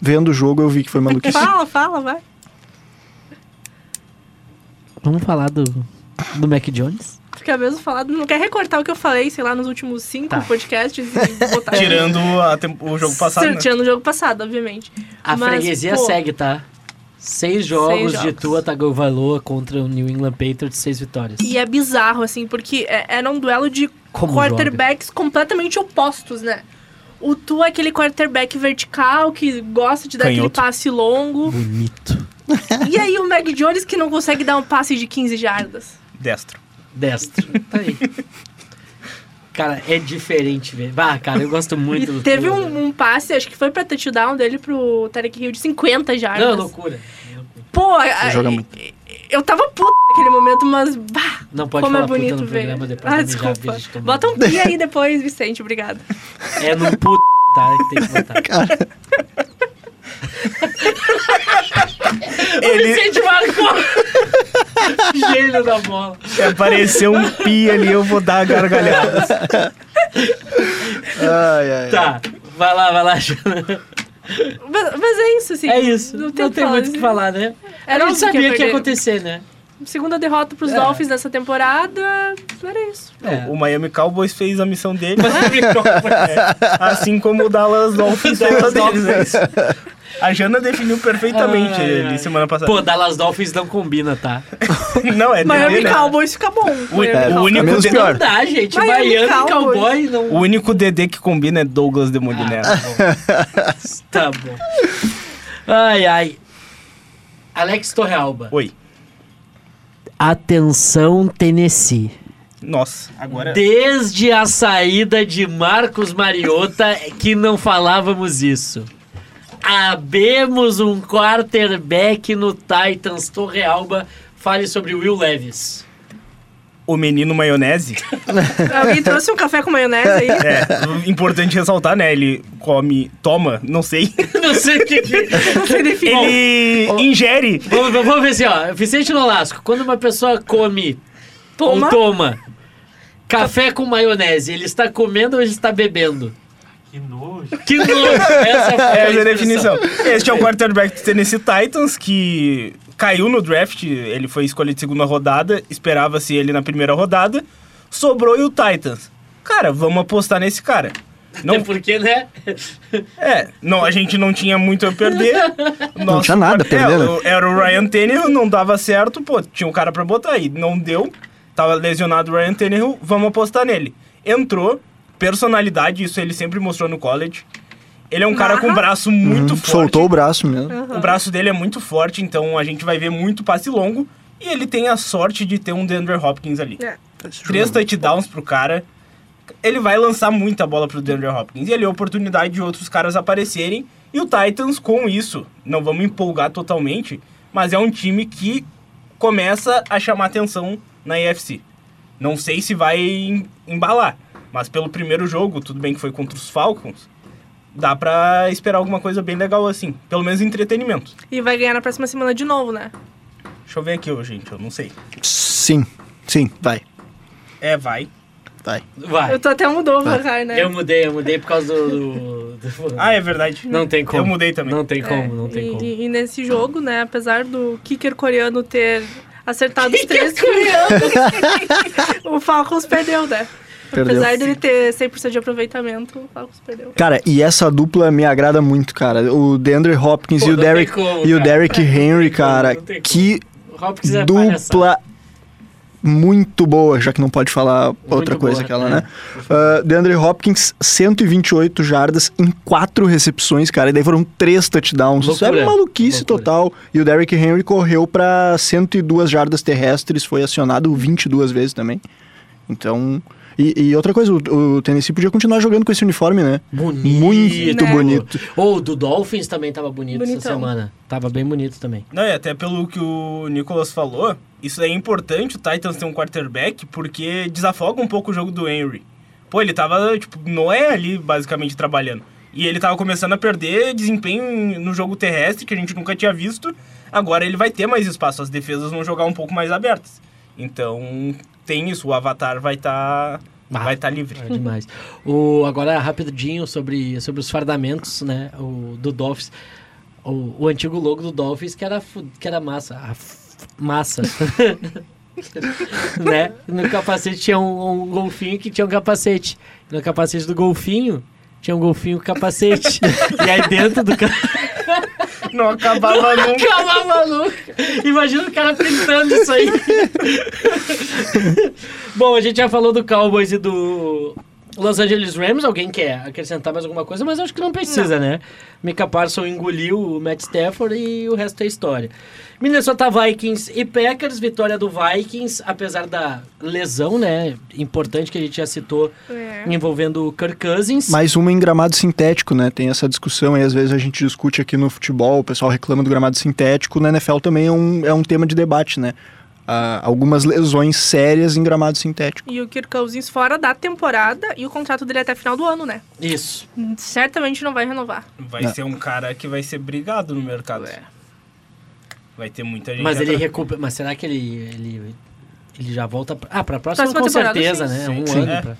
Speaker 6: Vendo o jogo, eu vi que foi
Speaker 4: [laughs]
Speaker 6: maluquice.
Speaker 4: Fala, fala, vai.
Speaker 3: Vamos falar do, do Mac Jones?
Speaker 4: Fica mesmo falado. Não quer recortar o que eu falei, sei lá, nos últimos cinco
Speaker 5: [laughs]
Speaker 4: podcasts e
Speaker 5: Tá.
Speaker 4: botar.
Speaker 5: Tirando a tem- o jogo passado, né?
Speaker 4: Tirando o jogo passado, obviamente.
Speaker 3: A
Speaker 4: Mas,
Speaker 3: freguesia
Speaker 4: pô,
Speaker 3: segue, tá? Seis jogos, de
Speaker 4: jogos.
Speaker 3: Tua Tagovailoa contra o New England Patriots, seis vitórias.
Speaker 4: E é bizarro, assim, porque é- era um duelo de
Speaker 3: Como
Speaker 4: quarterbacks completamente opostos, né? O Tu é aquele quarterback vertical que gosta de dar aquele
Speaker 5: Canhoto.
Speaker 4: passe longo.
Speaker 3: Bonito.
Speaker 4: e aí o Mac Jones que não consegue dar um passe de 15 jardas.
Speaker 5: Destro.
Speaker 3: Destro. Tá aí. Cara, é diferente, velho. Ah, cara, eu gosto muito né?
Speaker 4: E
Speaker 3: do
Speaker 4: teve
Speaker 3: Tua,
Speaker 4: um,
Speaker 3: velho.
Speaker 4: um passe, acho que foi pra touchdown dele pro Tarek Hill de 50 jardas.
Speaker 3: Não, é loucura.
Speaker 4: Pô, a-
Speaker 3: é
Speaker 6: joga muito.
Speaker 4: eu tava puta naquele momento, mas bah,
Speaker 3: Não pode
Speaker 4: como é
Speaker 3: falar puta
Speaker 4: bonito
Speaker 3: no
Speaker 4: ver.
Speaker 3: programa depois.
Speaker 4: Ah,
Speaker 3: eu já vi
Speaker 4: desculpa.
Speaker 3: gente tomando.
Speaker 4: Bota um pi aí depois, Vicente, obrigado.
Speaker 3: É no puto, tá? Que tem que
Speaker 6: [laughs]
Speaker 3: botar.
Speaker 5: [laughs] Ele
Speaker 4: Vicente marcou!
Speaker 3: Gênio da bola.
Speaker 5: apareceu um pi ali, eu vou dar a gargalhada.
Speaker 6: Ai, ai.
Speaker 3: Tá, vai lá, vai lá, Jana.
Speaker 4: mas, mas é isso, assim.
Speaker 3: É isso. Não
Speaker 4: Não
Speaker 3: tem,
Speaker 4: tem o que falar,
Speaker 3: muito o que
Speaker 4: né?
Speaker 3: falar, né?
Speaker 4: Era
Speaker 3: a gente
Speaker 4: óbvio
Speaker 3: sabia que ia
Speaker 4: perder.
Speaker 3: acontecer, É. né?
Speaker 4: Segunda derrota pros Dolphins nessa temporada. Era isso.
Speaker 3: É.
Speaker 5: O Miami Cowboys fez a missão dele, assim como o Dallas Dolphins fez a deles, é isso. A Jana definiu perfeitamente
Speaker 3: Ai,
Speaker 5: ali
Speaker 3: ai.
Speaker 5: semana passada.
Speaker 3: Pô, Dallas Dolphins não combina, tá?
Speaker 5: não, é
Speaker 4: Miami
Speaker 5: dele, né?
Speaker 4: Cowboys É, fica bom.
Speaker 5: O,
Speaker 4: Miami
Speaker 5: o
Speaker 4: Cowboys.
Speaker 5: único
Speaker 6: menos
Speaker 5: de-
Speaker 6: pior.
Speaker 3: Não dá, gente.
Speaker 4: Miami
Speaker 3: Miami,
Speaker 4: Cowboys.
Speaker 3: Cowboy não
Speaker 5: o único DD que combina é Douglas Demoliné.
Speaker 3: [laughs] tá bom. Ai, ai. Alex Torrealba.
Speaker 5: Oi.
Speaker 3: Atenção, Tennessee.
Speaker 5: Nossa, agora.
Speaker 3: Desde a saída de Marcos Mariota que não falávamos isso. Abemos um quarterback no Titans. Torrealba, fale sobre Will Levis. [laughs]
Speaker 5: O menino maionese.
Speaker 4: Alguém trouxe um café com
Speaker 5: [laughs]
Speaker 4: maionese aí?
Speaker 5: É, importante ressaltar, né? Ele come, toma, não sei.
Speaker 3: Não sei o que. que-
Speaker 4: Você define.
Speaker 5: Ele ingere.
Speaker 3: Vamos, vamos ver assim, ó. Vicente Nolasco, quando uma pessoa come
Speaker 4: Toma.
Speaker 3: ou toma café com maionese, ele está comendo ou ele está bebendo?
Speaker 9: Que nojo.
Speaker 3: Que nojo! Essa foi a
Speaker 5: Essa é a
Speaker 3: expressão.
Speaker 5: definição. Este é o quarterback do Tennessee Titans, que caiu no draft, ele foi escolhido de segunda rodada, esperava-se ele na primeira rodada, sobrou e o Titans. Cara, vamos apostar nesse cara.
Speaker 3: Até
Speaker 5: Não,
Speaker 3: porque, né? [laughs]
Speaker 5: é, não, a gente não tinha muito a perder. Nosso
Speaker 6: tinha nada a
Speaker 5: quar-
Speaker 6: perder,
Speaker 5: é,
Speaker 6: né?
Speaker 5: o- Era o Ryan Tannehill, não dava certo, pô, tinha um cara pra botar e não deu. Tava lesionado o Ryan Tannehill, vamos apostar nele. Entrou, personalidade, isso ele sempre mostrou no college. Ele é um cara com um braço muito forte.
Speaker 6: Uhum. Soltou o braço mesmo.
Speaker 5: O braço dele é muito forte, então a gente vai ver muito passe longo. E ele tem a sorte de ter um DeAndre Hopkins ali.
Speaker 4: É.
Speaker 5: Três touchdowns pro cara. Ele vai lançar muita bola pro DeAndre Hopkins. E ele é a oportunidade de outros caras aparecerem. E o Titans, com isso, não vamos empolgar totalmente, mas é um time que começa a chamar atenção na EFC. Não sei se vai em- embalar, mas pelo primeiro jogo, tudo bem que foi contra os Falcons, dá pra esperar alguma coisa bem legal assim. Pelo menos entretenimento.
Speaker 4: E vai ganhar na próxima semana de novo, né?
Speaker 5: Deixa eu ver aqui, ô, gente, eu não sei.
Speaker 6: Sim, sim, vai,
Speaker 5: É, vai.
Speaker 6: vai.
Speaker 3: Vai.
Speaker 4: Eu tô até mudou o placar, né?
Speaker 3: Eu mudei, eu mudei por causa do. do- do-
Speaker 5: Ah, é verdade.
Speaker 3: Não tem como.
Speaker 5: Eu mudei também.
Speaker 3: Não tem
Speaker 4: É,
Speaker 3: como, não tem
Speaker 4: e,
Speaker 3: como.
Speaker 4: E, e nesse jogo, né, apesar do kicker coreano ter acertado os três coreanos, [laughs] o Falcons perdeu, né?
Speaker 6: Perdeu.
Speaker 4: Apesar dele ter 100% de aproveitamento, o Falcons perdeu.
Speaker 6: Cara, e essa dupla me agrada muito, cara. O DeAndre Hopkins
Speaker 3: Pô,
Speaker 6: e o
Speaker 3: não tem
Speaker 6: Derrick
Speaker 3: como,
Speaker 6: e o
Speaker 3: cara.
Speaker 6: Derrick Henry, cara.
Speaker 3: não tem como.
Speaker 6: Que
Speaker 3: O Hopkins é palhaçada.
Speaker 6: dupla muito boa, já que não pode falar outra
Speaker 3: Muito
Speaker 6: coisa
Speaker 3: boa,
Speaker 6: aquela,
Speaker 3: é.
Speaker 6: né? Ah, DeAndre Hopkins, 128 jardas em quatro recepções, cara. E daí foram três touchdowns. Isso é
Speaker 3: Loucura.
Speaker 6: maluquice
Speaker 3: Loucura.
Speaker 6: total. E o Derrick Henry correu pra 102 jardas terrestres, foi acionado 22 vezes também. Então... E, e outra coisa, o, o Tennessee podia continuar jogando com esse uniforme, né?
Speaker 3: Bonito.
Speaker 6: Muito
Speaker 4: Né?
Speaker 6: bonito.
Speaker 3: Ou o do Dolphins também tava bonito essa
Speaker 4: Bonitão.
Speaker 3: semana. Tava bem bonito também.
Speaker 5: Não, e até pelo que o Nicolas falou, isso é importante o Titans ter um quarterback, porque desafoga um pouco o jogo do Henry. Pô, ele tava, tipo, Noé ali, basicamente, trabalhando. E ele tava começando a perder desempenho no jogo terrestre, que a gente nunca tinha visto. Agora ele vai ter mais espaço, as defesas vão jogar um pouco mais abertas. Então, tem isso, o avatar vai estar
Speaker 3: Ah.
Speaker 5: vai tá livre.
Speaker 3: É demais. O, agora, rapidinho sobre, sobre os fardamentos, né? O, do Dolphins. O, o antigo logo do Dolphins, que era, fu- que era massa. A f- massa. [laughs] né? No capacete tinha um, um golfinho que tinha um capacete. No capacete do golfinho, tinha um golfinho com capacete. [laughs] e aí dentro do ca-
Speaker 5: Não acabava nunca.
Speaker 3: Calma, maluco. Imagina o cara pintando isso aí. Bom, a gente já falou do Cowboys e do Los Angeles Rams. Alguém quer acrescentar mais alguma coisa? Mas acho que não precisa, né? Mika Parson engoliu o Matt Stafford e o resto é história. Minnesota Vikings e Packers. Vitória do Vikings, apesar da lesão, né? Importante que a gente já citou
Speaker 4: É.
Speaker 3: envolvendo o Kirk Cousins.
Speaker 6: Mais uma em gramado sintético, né? Tem essa discussão aí, às vezes a gente discute aqui no futebol, o pessoal reclama do gramado sintético, na NFL também é um, é um tema de debate, né? Ah, algumas lesões sérias em gramado sintético.
Speaker 4: E o Kirk Cousins fora da temporada e o contrato dele é até final do ano, né?
Speaker 3: Isso.
Speaker 4: Certamente não vai renovar.
Speaker 5: Vai ser um cara que vai ser brigado no mercado. Vai ter muita gente
Speaker 3: Mas ele
Speaker 5: atrás.
Speaker 3: recupera. Mas será que ele. ele, ele já volta. Pra, ah, pra próxima,
Speaker 4: Próxima
Speaker 3: com
Speaker 4: temporada,
Speaker 3: certeza,
Speaker 4: sim.
Speaker 3: né? Um
Speaker 5: Sim.
Speaker 3: ano
Speaker 5: É.
Speaker 3: pra.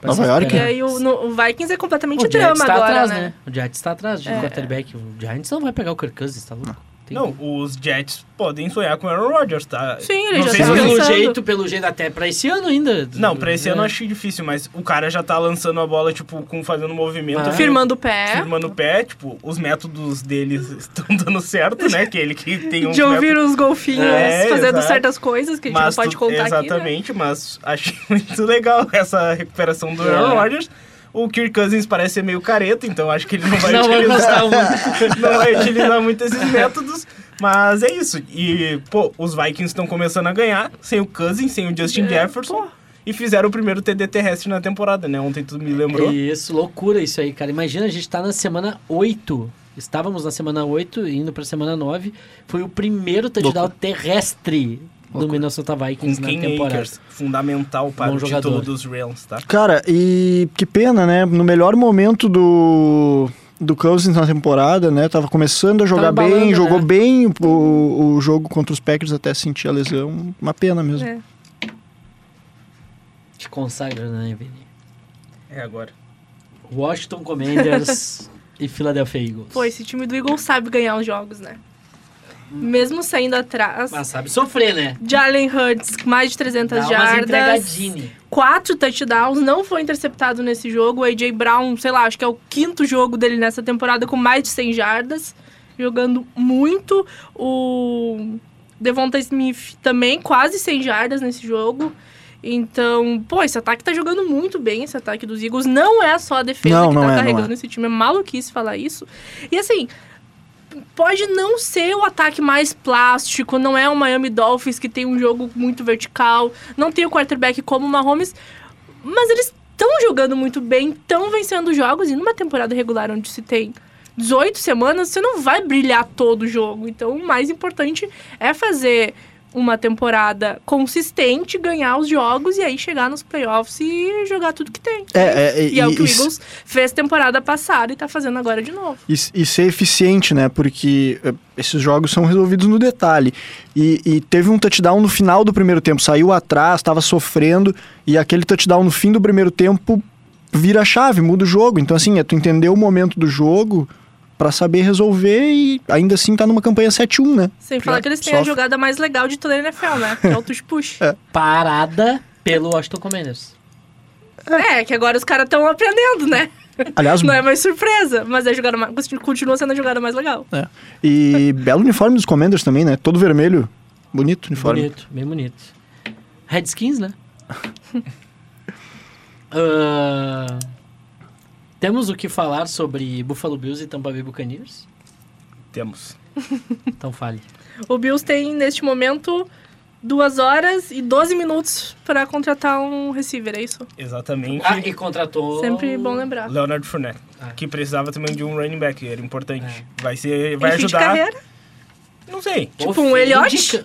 Speaker 3: pra
Speaker 6: Nova
Speaker 3: se
Speaker 6: York,
Speaker 4: E
Speaker 3: esperar.
Speaker 4: aí o, no- o Vikings é completamente
Speaker 3: O Giants
Speaker 4: drama
Speaker 3: tá
Speaker 4: agora,
Speaker 3: atrás,
Speaker 4: né? É.
Speaker 3: né? O Giants tá atrás de quarterback. O Giants não vai pegar o Kirk Cousins, tá louco? Tem
Speaker 5: Não, os Jets podem sonhar com o Aaron Rodgers, tá?
Speaker 4: Sim, ele
Speaker 5: Não
Speaker 4: já
Speaker 5: sei
Speaker 3: Mas
Speaker 4: tá
Speaker 5: se-
Speaker 3: pelo
Speaker 4: pensando.
Speaker 3: jeito, pelo jeito, até pra esse ano ainda.
Speaker 5: Não, pra esse
Speaker 3: É.
Speaker 5: ano eu achei difícil, mas o cara já tá lançando a bola, tipo, com fazendo movimento. né?
Speaker 3: Ah.
Speaker 4: Firmando o pé.
Speaker 5: Firmando o pé, tipo, os métodos deles [laughs] estão dando certo, né? Que ele que tem um.
Speaker 4: De ouvir os golfinhos
Speaker 5: É,
Speaker 4: fazendo
Speaker 5: exato.
Speaker 4: certas coisas que a gente não pode
Speaker 5: tu-
Speaker 4: contar aqui, né?
Speaker 5: Exatamente, mas achei [laughs] muito legal essa recuperação do
Speaker 3: É.
Speaker 5: Aaron Rodgers. O Kirk Cousins parece ser meio careta, então acho que ele não vai
Speaker 3: Não vai
Speaker 5: utilizar.
Speaker 3: gostar
Speaker 5: [laughs]
Speaker 3: muito.
Speaker 5: não vai utilizar muito esses métodos. Mas
Speaker 4: É,
Speaker 5: é isso. E, pô, os Vikings estão começando a ganhar sem o Cousins, sem o Justin Jefferson. e fizeram o primeiro TD terrestre na temporada, né? Ontem tu me lembrou.
Speaker 3: Isso, loucura isso aí, cara. Imagina, a gente tá na semana 8. Estávamos na semana 8, indo pra semana 9. Foi o primeiro touchdown terrestre do Minnesota
Speaker 5: Com
Speaker 3: Vikings na
Speaker 5: Ken
Speaker 3: temporada.
Speaker 5: Akers, fundamental para
Speaker 3: Bom
Speaker 5: o título
Speaker 3: jogador.
Speaker 5: dos Rams, tá?
Speaker 6: Cara, e que pena, né? No melhor momento do, do Cousins na temporada, né? Tava começando a jogar bem,
Speaker 3: embalando,
Speaker 6: jogou
Speaker 3: né?
Speaker 6: bem o, o jogo contra os Packers até sentir a lesão. Uma pena mesmo.
Speaker 4: É.
Speaker 3: Te consagra, né, Vini?
Speaker 5: É agora.
Speaker 3: Washington
Speaker 4: [laughs]
Speaker 3: Commanders e Philadelphia Eagles.
Speaker 4: Pô, esse time do Eagles sabe ganhar os jogos, né? Mesmo saindo atrás.
Speaker 3: Mas sabe sofrer, né?
Speaker 4: Jalen Hurts, mais de 300
Speaker 3: Dá umas
Speaker 4: jardas.
Speaker 3: entregadinhas.
Speaker 4: Quatro touchdowns, não foi interceptado nesse jogo. O A.J. Brown, sei lá, acho que é o quinto jogo dele nessa temporada com mais de 100 jardas. Jogando muito. O Devonta Smith também, quase 100 jardas nesse jogo. Então, pô, esse ataque tá jogando muito bem, esse ataque dos Eagles. Não é só a defesa
Speaker 6: Não,
Speaker 4: que
Speaker 6: não é,
Speaker 4: tá
Speaker 6: não
Speaker 4: carregando
Speaker 6: é.
Speaker 4: esse time, é maluquice falar isso. E assim, pode não ser o ataque mais plástico, não é o Miami Dolphins que tem um jogo muito vertical, não tem o quarterback como o Mahomes, mas eles estão jogando muito bem, estão vencendo jogos e numa temporada regular onde se tem 18 semanas, você não vai brilhar todo o jogo. Então, o mais importante é fazer uma temporada consistente, ganhar os jogos e aí chegar nos playoffs e jogar tudo que tem.
Speaker 6: É, é,
Speaker 4: E é o que o
Speaker 6: e-
Speaker 4: Eagles fez temporada passada e tá fazendo agora de novo.
Speaker 6: e, e ser eficiente, né? Porque eh, esses jogos são resolvidos no detalhe. E, e teve um touchdown no final do primeiro tempo, saiu atrás, estava sofrendo, e aquele touchdown no fim do primeiro tempo vira a chave, muda o jogo. Então, assim, é tu entender o momento do jogo pra saber resolver e ainda assim tá numa campanha 7-1, né?
Speaker 4: Sem
Speaker 6: Já
Speaker 4: falar que eles têm a
Speaker 6: sofre.
Speaker 4: jogada mais legal de toda a NFL, né? Que é o tush push. [laughs] É.
Speaker 3: Parada pelo Washington Commanders.
Speaker 4: É, que agora os caras estão aprendendo, né?
Speaker 6: Aliás,
Speaker 4: Não é mais surpresa, mas é a jogada mais... continua sendo a jogada mais legal.
Speaker 6: é. e belo uniforme dos Commanders também, né? Todo vermelho. Bonito o uniforme.
Speaker 3: Bonito, bem bonito.
Speaker 5: [laughs]
Speaker 3: Redskins, né? Ah, temos o que falar sobre Buffalo Bills e Tampa Bay Buccaneers?
Speaker 5: Temos. [laughs]
Speaker 3: Então fale.
Speaker 4: O Bills tem, neste momento, duas horas e 12 minutos pra contratar um receiver, é isso?
Speaker 5: Exatamente.
Speaker 3: Ah, e contratou...
Speaker 4: Sempre
Speaker 5: Oh.
Speaker 4: bom lembrar.
Speaker 5: Leonard Fournette,
Speaker 3: Ah.
Speaker 5: que precisava também de um running back, era importante. Vai ser, vai
Speaker 4: É. Enfim
Speaker 5: ajudar.
Speaker 4: de carreira.
Speaker 5: Não sei.
Speaker 3: Pô,
Speaker 4: Tipo um
Speaker 3: fim de
Speaker 4: Elliott?
Speaker 3: ca-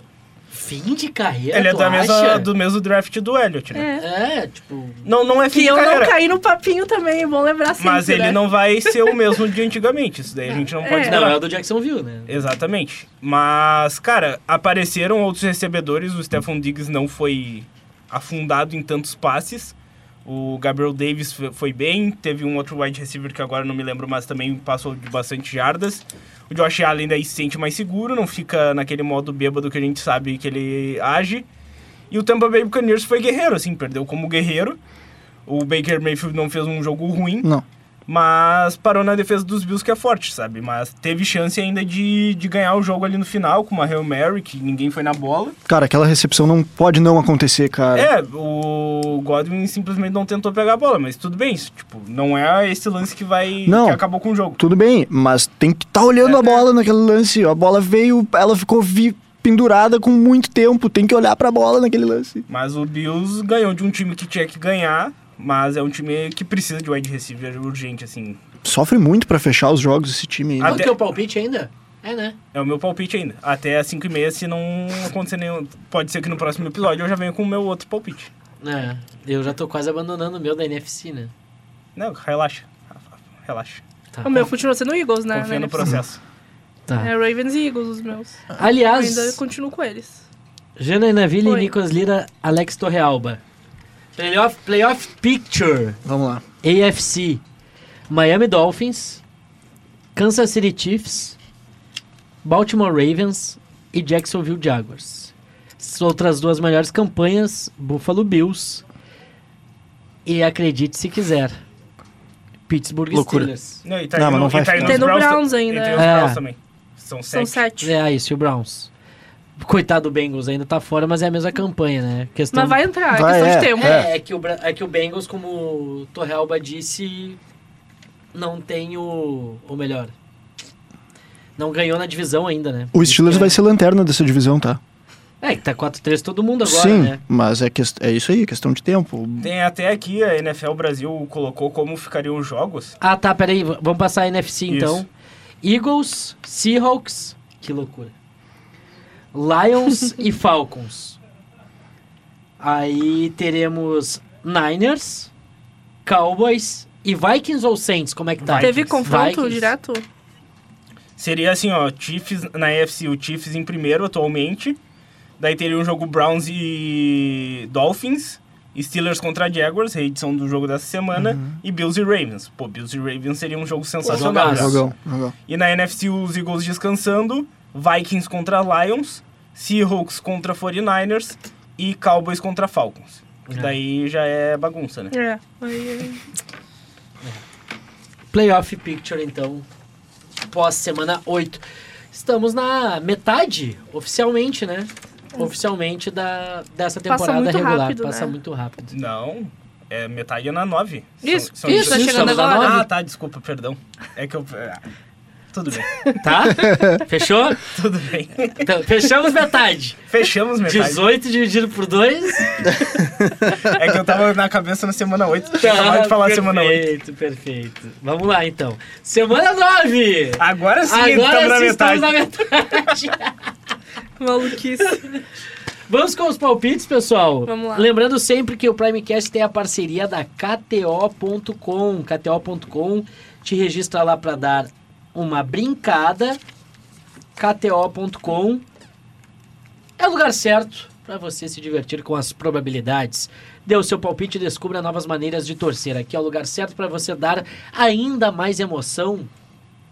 Speaker 3: Fim de carreira,
Speaker 5: Ele é
Speaker 3: tu
Speaker 5: da mesma,
Speaker 3: acha?
Speaker 5: do mesmo draft do Elliott, né?
Speaker 4: É.
Speaker 3: É, tipo...
Speaker 5: Não, não é fim
Speaker 4: Que
Speaker 5: de
Speaker 4: eu
Speaker 5: carreira.
Speaker 4: não caí no papinho também, é bom lembrar sempre,
Speaker 5: mas ele
Speaker 4: né?
Speaker 5: não vai ser
Speaker 4: [laughs]
Speaker 5: o mesmo de antigamente. Isso daí a gente não
Speaker 4: É.
Speaker 5: pode
Speaker 3: Não,
Speaker 5: esperar.
Speaker 3: é o do Jacksonville, né?
Speaker 5: Exatamente. Mas, cara, apareceram outros recebedores. O Stephon Diggs não foi afundado em tantos passes. O Gabriel Davis f- foi bem. Teve um outro wide receiver que agora não me lembro, mas também passou de bastante jardas. O Josh Allen daí se sente mais seguro, não fica naquele modo bêbado que a gente sabe que ele age. E o Tampa Bay Buccaneers foi guerreiro, assim, perdeu como guerreiro. O Baker Mayfield não fez um jogo ruim.
Speaker 6: Não.
Speaker 5: Mas parou na defesa dos Bills, que é forte, sabe? Mas teve chance ainda de, de ganhar o jogo ali no final, com uma Hail Mary, que ninguém foi na bola.
Speaker 6: Cara, aquela recepção não pode não acontecer, cara.
Speaker 5: É, o Godwin simplesmente não tentou pegar a bola, mas tudo bem. isso, Tipo, não é esse lance que vai...
Speaker 6: Não.
Speaker 5: Que acabou com o jogo.
Speaker 6: Tudo bem, mas tem que estar olhando a bola naquele lance. A bola veio, ela ficou vi- pendurada com muito tempo. Tem que olhar pra bola naquele lance.
Speaker 5: Mas o Bills ganhou de um time que tinha que ganhar, mas é um time que precisa de wide receiver urgente, assim.
Speaker 6: Sofre muito pra fechar os jogos esse time. aí, né?
Speaker 5: Ah,
Speaker 3: Qual
Speaker 5: Até-
Speaker 3: que é o palpite ainda? É, né?
Speaker 5: É o meu palpite ainda. Até as 5 e meia, se não acontecer nenhum... Pode ser que no próximo episódio eu já venha com o meu outro palpite.
Speaker 3: É, eu já tô quase abandonando o meu da NFC, né?
Speaker 5: Não, relaxa. Rafa, Relaxa.
Speaker 3: Tá.
Speaker 4: O meu continua sendo Eagles, né?
Speaker 5: Confia
Speaker 4: né?
Speaker 5: no processo.
Speaker 3: Tá.
Speaker 4: É Ravens e Eagles os meus. Eu
Speaker 3: Aliás,
Speaker 4: ainda continuo com eles.
Speaker 3: Janaina Ville,
Speaker 4: Oi.
Speaker 3: Nicolas Lira, Alex Torrealba. Playoff, playoff Picture,
Speaker 6: Vamos lá.
Speaker 3: AFC. Miami Dolphins, Kansas City Chiefs, Baltimore Ravens e Jacksonville Jaguars. As outras duas melhores campanhas, Buffalo Bills e acredite se quiser, Pittsburgh
Speaker 6: Loucura.
Speaker 3: Steelers.
Speaker 5: Não, e tá
Speaker 6: Não,
Speaker 5: aí
Speaker 6: mas
Speaker 5: no-
Speaker 6: não
Speaker 5: e
Speaker 6: faz
Speaker 5: tá aí
Speaker 6: não.
Speaker 5: nos
Speaker 4: Tem no
Speaker 5: Browns,
Speaker 4: Browns
Speaker 5: tá-
Speaker 4: ainda.
Speaker 5: e tem os
Speaker 3: É.
Speaker 5: Browns também. São
Speaker 4: São
Speaker 5: sete.
Speaker 4: sete.
Speaker 3: É isso, e o Browns. Coitado do Bengals, ainda tá fora, mas é a mesma campanha, né? Questão
Speaker 4: Mas vai entrar, é
Speaker 6: Vai,
Speaker 4: questão
Speaker 6: é.
Speaker 4: de tempo.
Speaker 3: É, é que o, Bra- é que o Bengals, como o Torrealba disse, não tem o. Ou melhor, não ganhou na divisão ainda, né?
Speaker 6: O Steelers vai ser lanterna dessa divisão, tá?
Speaker 3: É, que tá 4-3 todo mundo agora,
Speaker 6: Sim,
Speaker 3: né?
Speaker 6: mas é, quest- é isso aí, questão de tempo.
Speaker 5: Tem até aqui, a NFL Brasil colocou como ficariam os jogos.
Speaker 3: Ah, tá, peraí. v- Vamos passar a NFC,
Speaker 5: Isso.
Speaker 3: então. Eagles, Seahawks. Que loucura. Lions e Falcons. Aí teremos Niners, Cowboys e Vikings ou Saints, como é que tá?
Speaker 4: Teve confronto
Speaker 3: Vikings.
Speaker 4: direto?
Speaker 5: Seria assim, ó, Chiefs na AFC, o Chiefs em primeiro atualmente. Daí teria um jogo Browns e Dolphins, Steelers contra Jaguars, reedição do jogo dessa semana,
Speaker 6: Uhum.
Speaker 5: e Bills e Ravens. Pô, Bills e Ravens seria um jogo sensacional.
Speaker 3: Jogaço.
Speaker 5: né?
Speaker 6: Jogão, jogão.
Speaker 5: E na NFC, os Eagles descansando, Vikings contra Lions, Seahawks contra 49ers e Cowboys contra Falcons. Que Daí já é bagunça, né?
Speaker 4: É. Aí,
Speaker 3: Playoff Picture, então, pós-semana 8. Estamos na metade, oficialmente, né? Oficialmente da, dessa
Speaker 4: É. Passa
Speaker 3: temporada
Speaker 4: muito
Speaker 3: regular.
Speaker 4: rápido,
Speaker 3: Passa
Speaker 4: né?
Speaker 5: [laughs]
Speaker 3: muito rápido.
Speaker 5: Não, é metade é na 9.
Speaker 4: Isso, isso, tá chegando
Speaker 3: estamos na
Speaker 4: agora.
Speaker 3: nove.
Speaker 5: Ah, tá, desculpa, perdão. É que eu. ah, Tudo bem, [laughs]
Speaker 3: Tá? Fechou?
Speaker 5: tudo bem.
Speaker 3: Então, fechamos metade.
Speaker 5: Fechamos metade.
Speaker 3: 18 dividido por 2.
Speaker 5: É que eu tava na cabeça na semana 8. Tinha acabado de falar semana 8.
Speaker 3: Tá, Perfeito, perfeito. Vamos lá, então. Semana 9!
Speaker 5: Agora Ah, sim,
Speaker 3: Agora
Speaker 5: estamos na
Speaker 3: sim
Speaker 5: metade.
Speaker 3: estamos na metade.
Speaker 4: maluquice.
Speaker 3: Vamos com os palpites, pessoal.
Speaker 4: Vamos lá.
Speaker 3: Lembrando sempre que o Primecast tem a parceria da KTO.com. KTO.com te registra lá para dar uma brincada. KTO.com é o lugar certo para você se divertir com as probabilidades. Dê o seu palpite e descubra novas maneiras de torcer. Aqui é o lugar certo para você dar ainda mais emoção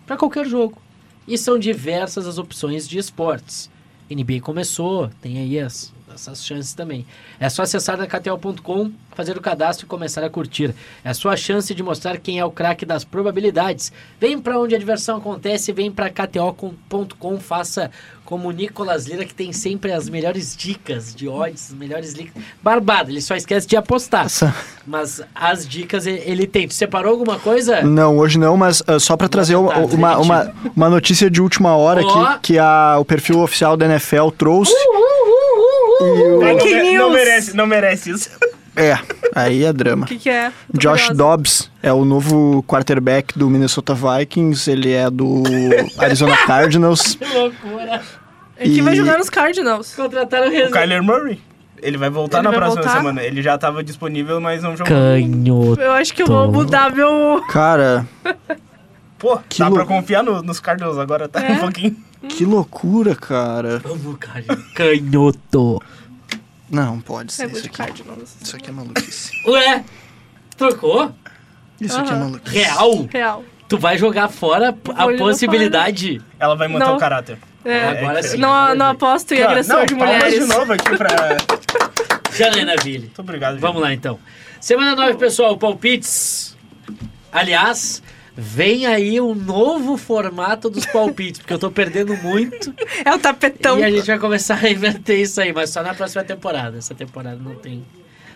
Speaker 3: para qualquer jogo. E são diversas as opções de esportes. NBA começou, tem aí as- essas chances também. É só acessar na KTO.com, fazer o cadastro e começar a curtir. É a sua chance de mostrar quem é o craque das probabilidades. Vem para onde a diversão acontece, vem para KTO.com, faça como o Nicolas Lira, que tem sempre as melhores dicas de odds, as melhores ligas. Barbado, ele só esquece de apostar.
Speaker 6: Essa-
Speaker 3: Mas as dicas e- ele tem. Tu separou alguma coisa?
Speaker 6: É. Não, hoje não, mas ah, só pra trazer uma,
Speaker 3: tarde,
Speaker 6: uma,
Speaker 3: gente.
Speaker 6: uma, uma notícia de última hora
Speaker 3: Ó.
Speaker 6: que, que a, o perfil oficial da NFL trouxe.
Speaker 5: Não,
Speaker 4: Breaking
Speaker 5: mere- não
Speaker 4: news.
Speaker 5: merece, não merece isso.
Speaker 6: É, aí é drama.
Speaker 4: O que, que é? Tô
Speaker 6: Josh
Speaker 4: curiosa.
Speaker 6: Dobbs é o novo quarterback do Minnesota Vikings, ele
Speaker 4: [laughs]
Speaker 6: é do Arizona Cardinals.
Speaker 3: Que loucura.
Speaker 4: É que vai
Speaker 6: E-
Speaker 4: jogar nos Cardinals.
Speaker 3: Contrataram o
Speaker 5: O Kyler Murray. Ele vai voltar
Speaker 4: Ele
Speaker 5: na
Speaker 4: vai
Speaker 5: próxima
Speaker 4: voltar?
Speaker 5: semana. Ele já tava disponível, mas não jogou.
Speaker 3: Canhoto.
Speaker 4: Eu acho que eu vou
Speaker 3: Tô.
Speaker 4: mudar meu.
Speaker 6: Cara,
Speaker 5: Pô,
Speaker 6: Que
Speaker 5: dá pra
Speaker 6: louco.
Speaker 5: confiar no- nos Cardinals agora, tá?
Speaker 4: É.
Speaker 5: Um pouquinho.
Speaker 4: Hum.
Speaker 6: que loucura, cara.
Speaker 3: Vamos, cara. Canhoto.
Speaker 6: Não, pode
Speaker 4: É
Speaker 6: ser
Speaker 4: vou
Speaker 6: isso
Speaker 4: de
Speaker 6: aqui.
Speaker 4: Cardinals.
Speaker 6: Isso aqui é maluquice.
Speaker 3: Ué, trocou?
Speaker 6: Isso aqui é
Speaker 4: Aham.
Speaker 6: maluquice.
Speaker 3: Real?
Speaker 4: Real.
Speaker 3: [laughs] Tu vai jogar fora a
Speaker 4: olhar
Speaker 3: possibilidade.
Speaker 5: Ela vai manter
Speaker 4: Não.
Speaker 5: o caráter.
Speaker 4: É.
Speaker 3: Agora
Speaker 5: que-
Speaker 3: sim.
Speaker 4: Não, não aposto em
Speaker 5: Cara,
Speaker 4: agressão
Speaker 5: não,
Speaker 4: de
Speaker 5: palmas
Speaker 4: mulheres.
Speaker 5: de novo aqui pra... Muito
Speaker 3: Janena Ville.
Speaker 5: obrigado, gente.
Speaker 3: Vamos lá, então. Semana 9, pessoal. Palpites. Aliás, vem aí o novo formato dos palpites, porque eu tô perdendo [laughs] muito.
Speaker 4: É o tapetão.
Speaker 3: E a gente vai começar a inverter isso aí, mas só na próxima temporada. Essa temporada não tem,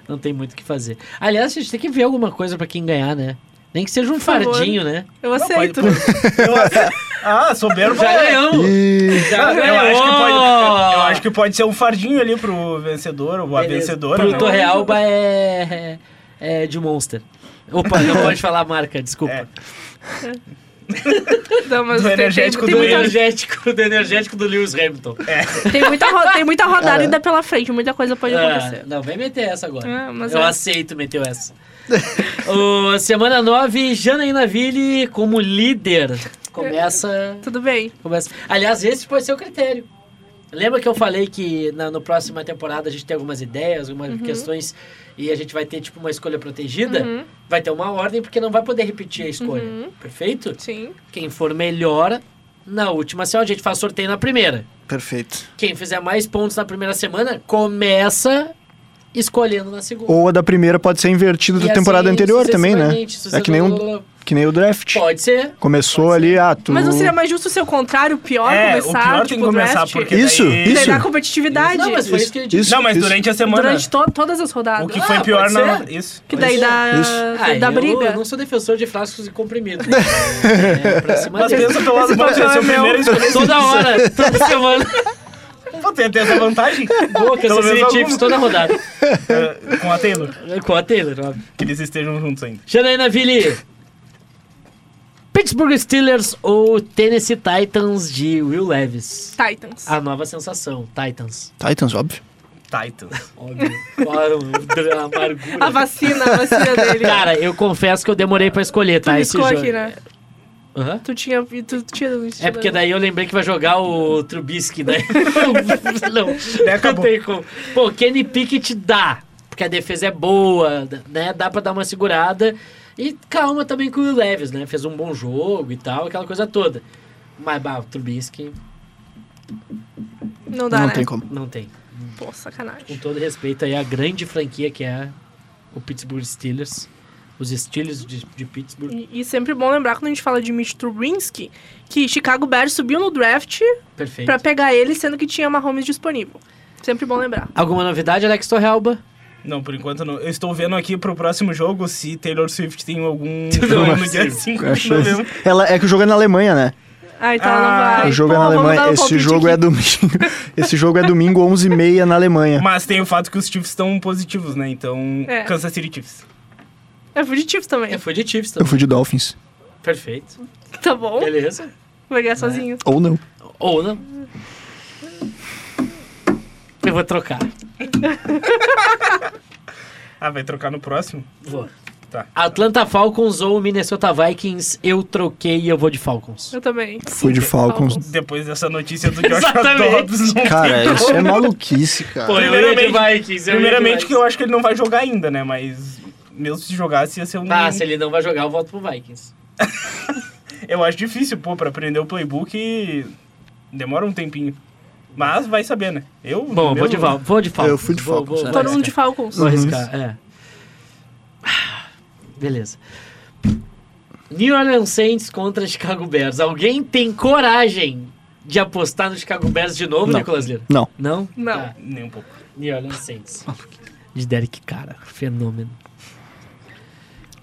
Speaker 3: não tem muito o que fazer. Aliás, a gente tem que ver alguma coisa pra quem ganhar, né? Nem que seja um
Speaker 4: favor.
Speaker 3: fardinho, né?
Speaker 4: Eu
Speaker 5: Pode-
Speaker 4: aceito.
Speaker 5: pode- Ah, soberbo.
Speaker 3: Já ganhamos!
Speaker 6: E
Speaker 3: Já
Speaker 5: Eu acho, que pode,
Speaker 3: ganhou!
Speaker 5: eu acho que pode ser um fardinho ali pro vencedor ou a
Speaker 3: Beleza.
Speaker 5: vencedora. né?
Speaker 3: Bruto Realba é, é é de Monster.
Speaker 5: [laughs]
Speaker 3: Opa, não pode falar a marca,
Speaker 5: É.
Speaker 3: desculpa.
Speaker 4: Não, mas
Speaker 5: Do
Speaker 4: tem, tem-
Speaker 5: energético
Speaker 4: tem
Speaker 5: do
Speaker 3: Do
Speaker 4: muita,
Speaker 3: energético, do energético do Lewis Hamilton.
Speaker 5: É.
Speaker 3: Ah,
Speaker 4: tem muita, ro- tem muita rodada ainda pela frente, muita coisa
Speaker 5: É.
Speaker 4: pode
Speaker 3: Ah,
Speaker 4: acontecer.
Speaker 3: não, vem meter essa agora.
Speaker 4: É, mas
Speaker 3: Eu
Speaker 4: é.
Speaker 3: aceito meteu essa. [laughs] o, semana 9, Janaína Ville como líder. Começa,
Speaker 4: Tudo bem.
Speaker 3: começa. Aliás, esse pode ser o critério. Lembra que eu falei que na no próxima temporada a gente tem algumas ideias, algumas questões e a gente vai ter tipo uma escolha protegida?
Speaker 4: Uhum,
Speaker 3: Vai ter uma ordem porque não vai poder repetir a escolha.
Speaker 4: Uhum.
Speaker 3: Perfeito?
Speaker 4: sim.
Speaker 3: Quem for melhor na última semana, a gente faz sorteio na primeira.
Speaker 6: Perfeito.
Speaker 3: Quem fizer mais pontos na primeira semana, começa escolhendo na segunda.
Speaker 6: Ou a da primeira pode ser invertida da
Speaker 3: E
Speaker 6: temporada
Speaker 3: assim
Speaker 6: anterior também, né?
Speaker 3: sucessivamente,
Speaker 6: É que nem, um,
Speaker 3: sucessivamente.
Speaker 6: que nem o draft.
Speaker 3: Pode ser.
Speaker 6: Começou ali, ah, tu...
Speaker 4: Mas não seria mais justo ser o contrário, o pior,
Speaker 5: É,
Speaker 4: começar,
Speaker 5: o pior
Speaker 4: tipo,
Speaker 5: tem que começar,
Speaker 4: draft,
Speaker 5: porque
Speaker 6: Isso,
Speaker 5: daí...
Speaker 6: isso.
Speaker 4: pegar a competitividade
Speaker 3: Não, mas foi isso que eu disse.
Speaker 6: Isso,
Speaker 5: Não, mas
Speaker 6: isso.
Speaker 5: durante a semana...
Speaker 4: durante to- todas as rodadas.
Speaker 5: O que
Speaker 3: Ah,
Speaker 5: foi pior
Speaker 3: pode
Speaker 5: na...
Speaker 3: ser.
Speaker 5: Isso.
Speaker 4: Que daí dá,
Speaker 6: Isso.
Speaker 3: Ah,
Speaker 4: dá
Speaker 3: eu,
Speaker 4: briga.
Speaker 3: eu não sou defensor de frascos e [laughs] comprimidos. é, pra cima
Speaker 5: Mas
Speaker 3: dele.
Speaker 5: pensa pelo lado bom,
Speaker 4: papel
Speaker 5: esse é
Speaker 4: é
Speaker 5: o
Speaker 4: meu.
Speaker 5: primeiro escolhido.
Speaker 3: Toda hora, toda semana.
Speaker 5: Pô, tem, tem essa
Speaker 4: [laughs]
Speaker 5: vantagem.
Speaker 3: [laughs]
Speaker 5: Pelo
Speaker 3: Boa, Kansas City
Speaker 5: menos
Speaker 3: Chiefs
Speaker 5: alguma.
Speaker 3: toda rodada.
Speaker 6: Tá.
Speaker 5: É, com a Taylor.
Speaker 3: Com a Taylor, óbvio.
Speaker 5: Que eles estejam juntos ainda.
Speaker 3: Janaína Ville. Pittsburgh Steelers ou Tennessee Titans de Will Levis?
Speaker 4: Titans.
Speaker 3: A nova sensação, Titans.
Speaker 6: Titans, óbvio.
Speaker 5: Titans.
Speaker 3: Óbvio. Claro, [laughs] a
Speaker 4: A
Speaker 3: amargura.
Speaker 4: vacina,
Speaker 5: [laughs]
Speaker 4: a
Speaker 5: Tá.
Speaker 4: vacina dele.
Speaker 3: Cara, eu confesso que eu demorei pra escolher,
Speaker 4: tu
Speaker 3: tá? Esse
Speaker 4: riscou
Speaker 3: jogo.
Speaker 4: aqui, né?
Speaker 3: Aham.
Speaker 4: Tu tinha. Tu, tinha
Speaker 3: É porque daí eu lembrei que vai jogar o Trubisky, né? não, não
Speaker 5: acabou.
Speaker 3: tem como. Pô, Kenny Pickett dá, porque a defesa é boa, né? Dá pra dar uma segurada. E calma também com o Will Levis, né? Fez um bom jogo e tal, aquela coisa toda. Mas, bah, o Trubisky
Speaker 4: Não dá,
Speaker 6: não
Speaker 4: né?
Speaker 6: tem como.
Speaker 3: não tem.
Speaker 4: Pô,
Speaker 3: Com
Speaker 4: sacanagem.
Speaker 3: todo respeito aí, a grande franquia que é o Pittsburgh Steelers. Os Steelers de, de Pittsburgh
Speaker 4: E, e sempre bom lembrar quando a gente fala de Mitch Trubisky que Chicago Bears subiu no draft
Speaker 3: perfeito.
Speaker 4: pra pegar ele, sendo que tinha Mahomes disponível. Sempre bom lembrar.
Speaker 3: Alguma novidade, Alex Torrealba?
Speaker 5: Não, por enquanto não. Eu estou vendo aqui pro próximo jogo se Taylor Swift tem
Speaker 3: [laughs]
Speaker 5: algum
Speaker 3: Não
Speaker 5: jogo
Speaker 3: é
Speaker 5: no dia
Speaker 3: possível.
Speaker 5: 5
Speaker 6: É a
Speaker 5: de
Speaker 6: chance.
Speaker 5: novembro.
Speaker 6: Ela, é que o jogo é na Alemanha, né?
Speaker 4: Ah, então
Speaker 5: Ah,
Speaker 4: ela vai.
Speaker 6: o jogo é
Speaker 4: Pô,
Speaker 6: na
Speaker 4: vamos dar
Speaker 6: Alemanha.
Speaker 4: um
Speaker 6: Esse
Speaker 4: palpite
Speaker 6: jogo
Speaker 4: aqui.
Speaker 6: é domingo. [laughs] Esse jogo é domingo, 11h30 na Alemanha.
Speaker 5: Mas tem o fato que os Chiefs estão positivos, né? Então,
Speaker 4: É.
Speaker 5: Kansas City Chiefs.
Speaker 4: É fugitivo também.
Speaker 3: Eu fui de Chiefs
Speaker 6: Eu
Speaker 3: também.
Speaker 6: fui de Dolphins.
Speaker 3: Perfeito.
Speaker 4: [laughs] Tá bom.
Speaker 3: Beleza.
Speaker 4: Vou
Speaker 3: É.
Speaker 4: ganhar sozinho.
Speaker 6: Ou não.
Speaker 3: Ou não. Eu vou trocar.
Speaker 5: Ah, vai trocar no próximo?
Speaker 3: Vou.
Speaker 5: Tá.
Speaker 3: Atlanta Falcons ou Minnesota Vikings, eu troquei e eu vou de Falcons.
Speaker 4: Eu também.
Speaker 6: Fui de Falcons.
Speaker 5: Depois dessa notícia do Josh
Speaker 3: Exatamente.
Speaker 5: Dobbs. não
Speaker 6: Cara, [laughs]
Speaker 5: tem
Speaker 6: isso é
Speaker 5: como.
Speaker 6: maluquice, cara.
Speaker 5: Primeiramente-
Speaker 3: Vikings.
Speaker 5: Primeiramente que eu acho que ele não vai jogar ainda, né? Mas mesmo se jogasse ia ser um...
Speaker 3: Ah, se ele não vai jogar, eu volto pro Vikings.
Speaker 5: Eu acho difícil, pô, pra aprender o playbook e demora um tempinho. Mas vai saber, né? Eu...
Speaker 3: Bom, eu vou
Speaker 5: meu-
Speaker 3: de, Val vou de Falcons.
Speaker 6: Eu fui de
Speaker 3: Vou-
Speaker 6: Falcons,
Speaker 3: vou-
Speaker 6: né?
Speaker 3: vou
Speaker 4: Todo mundo de
Speaker 3: arriscar.
Speaker 4: Falcons.
Speaker 3: Vou arriscar, é. [sighs] Beleza. New Orleans Saints contra Chicago Bears. Alguém tem coragem de apostar no Chicago Bears de novo,
Speaker 6: Não.
Speaker 3: Nicolas Lira?
Speaker 6: Não.
Speaker 3: Não?
Speaker 4: Não.
Speaker 3: Tá.
Speaker 5: Nem um pouco.
Speaker 3: New Orleans Saints. [laughs] De Derek Cara. Fenômeno.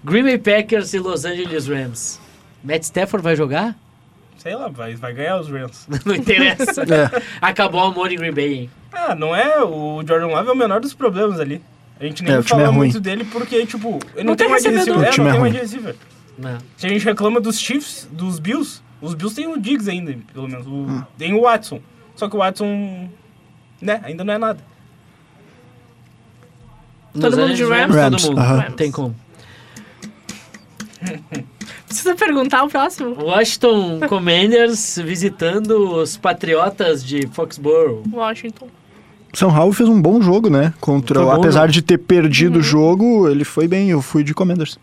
Speaker 3: Green Bay Packers e Los Angeles Rams. Matt Stafford vai jogar? [laughs]
Speaker 5: Sei lá, vai, vai ganhar os Rams.
Speaker 3: Não interessa.
Speaker 6: É.
Speaker 3: Acabou o amor em Green Bay, hein?
Speaker 5: Ah, não é? O Jordan Love é o menor dos problemas ali. A gente nem
Speaker 6: É, o time
Speaker 5: fala
Speaker 6: é ruim.
Speaker 5: muito dele porque, tipo, ele não,
Speaker 4: Não
Speaker 5: tem
Speaker 4: tem
Speaker 5: mais receiver.
Speaker 4: recebedor.
Speaker 6: O
Speaker 5: É,
Speaker 6: time
Speaker 5: não
Speaker 6: é
Speaker 5: tem mais
Speaker 6: ruim.
Speaker 5: receiver.
Speaker 3: Não.
Speaker 5: Se a gente reclama dos Chiefs, dos Bills, os Bills tem o Diggs ainda, pelo menos. O-
Speaker 6: Hum.
Speaker 5: Tem o Watson. Só que o Watson, né, ainda não é nada.
Speaker 3: Los
Speaker 4: mundo de
Speaker 3: Angeles
Speaker 4: Rams?
Speaker 6: Rams,
Speaker 3: Todo mundo.
Speaker 6: aham.
Speaker 3: Não tem como.
Speaker 4: Precisa perguntar o próximo?
Speaker 3: [laughs] Washington Commanders visitando os Patriotas de Foxborough.
Speaker 4: Washington.
Speaker 6: São Raul fez um bom jogo, né? Contra,
Speaker 3: Foi
Speaker 6: o-
Speaker 3: bom,
Speaker 6: apesar
Speaker 3: né?
Speaker 6: de ter perdido o jogo, ele foi bem. Eu fui de Commanders.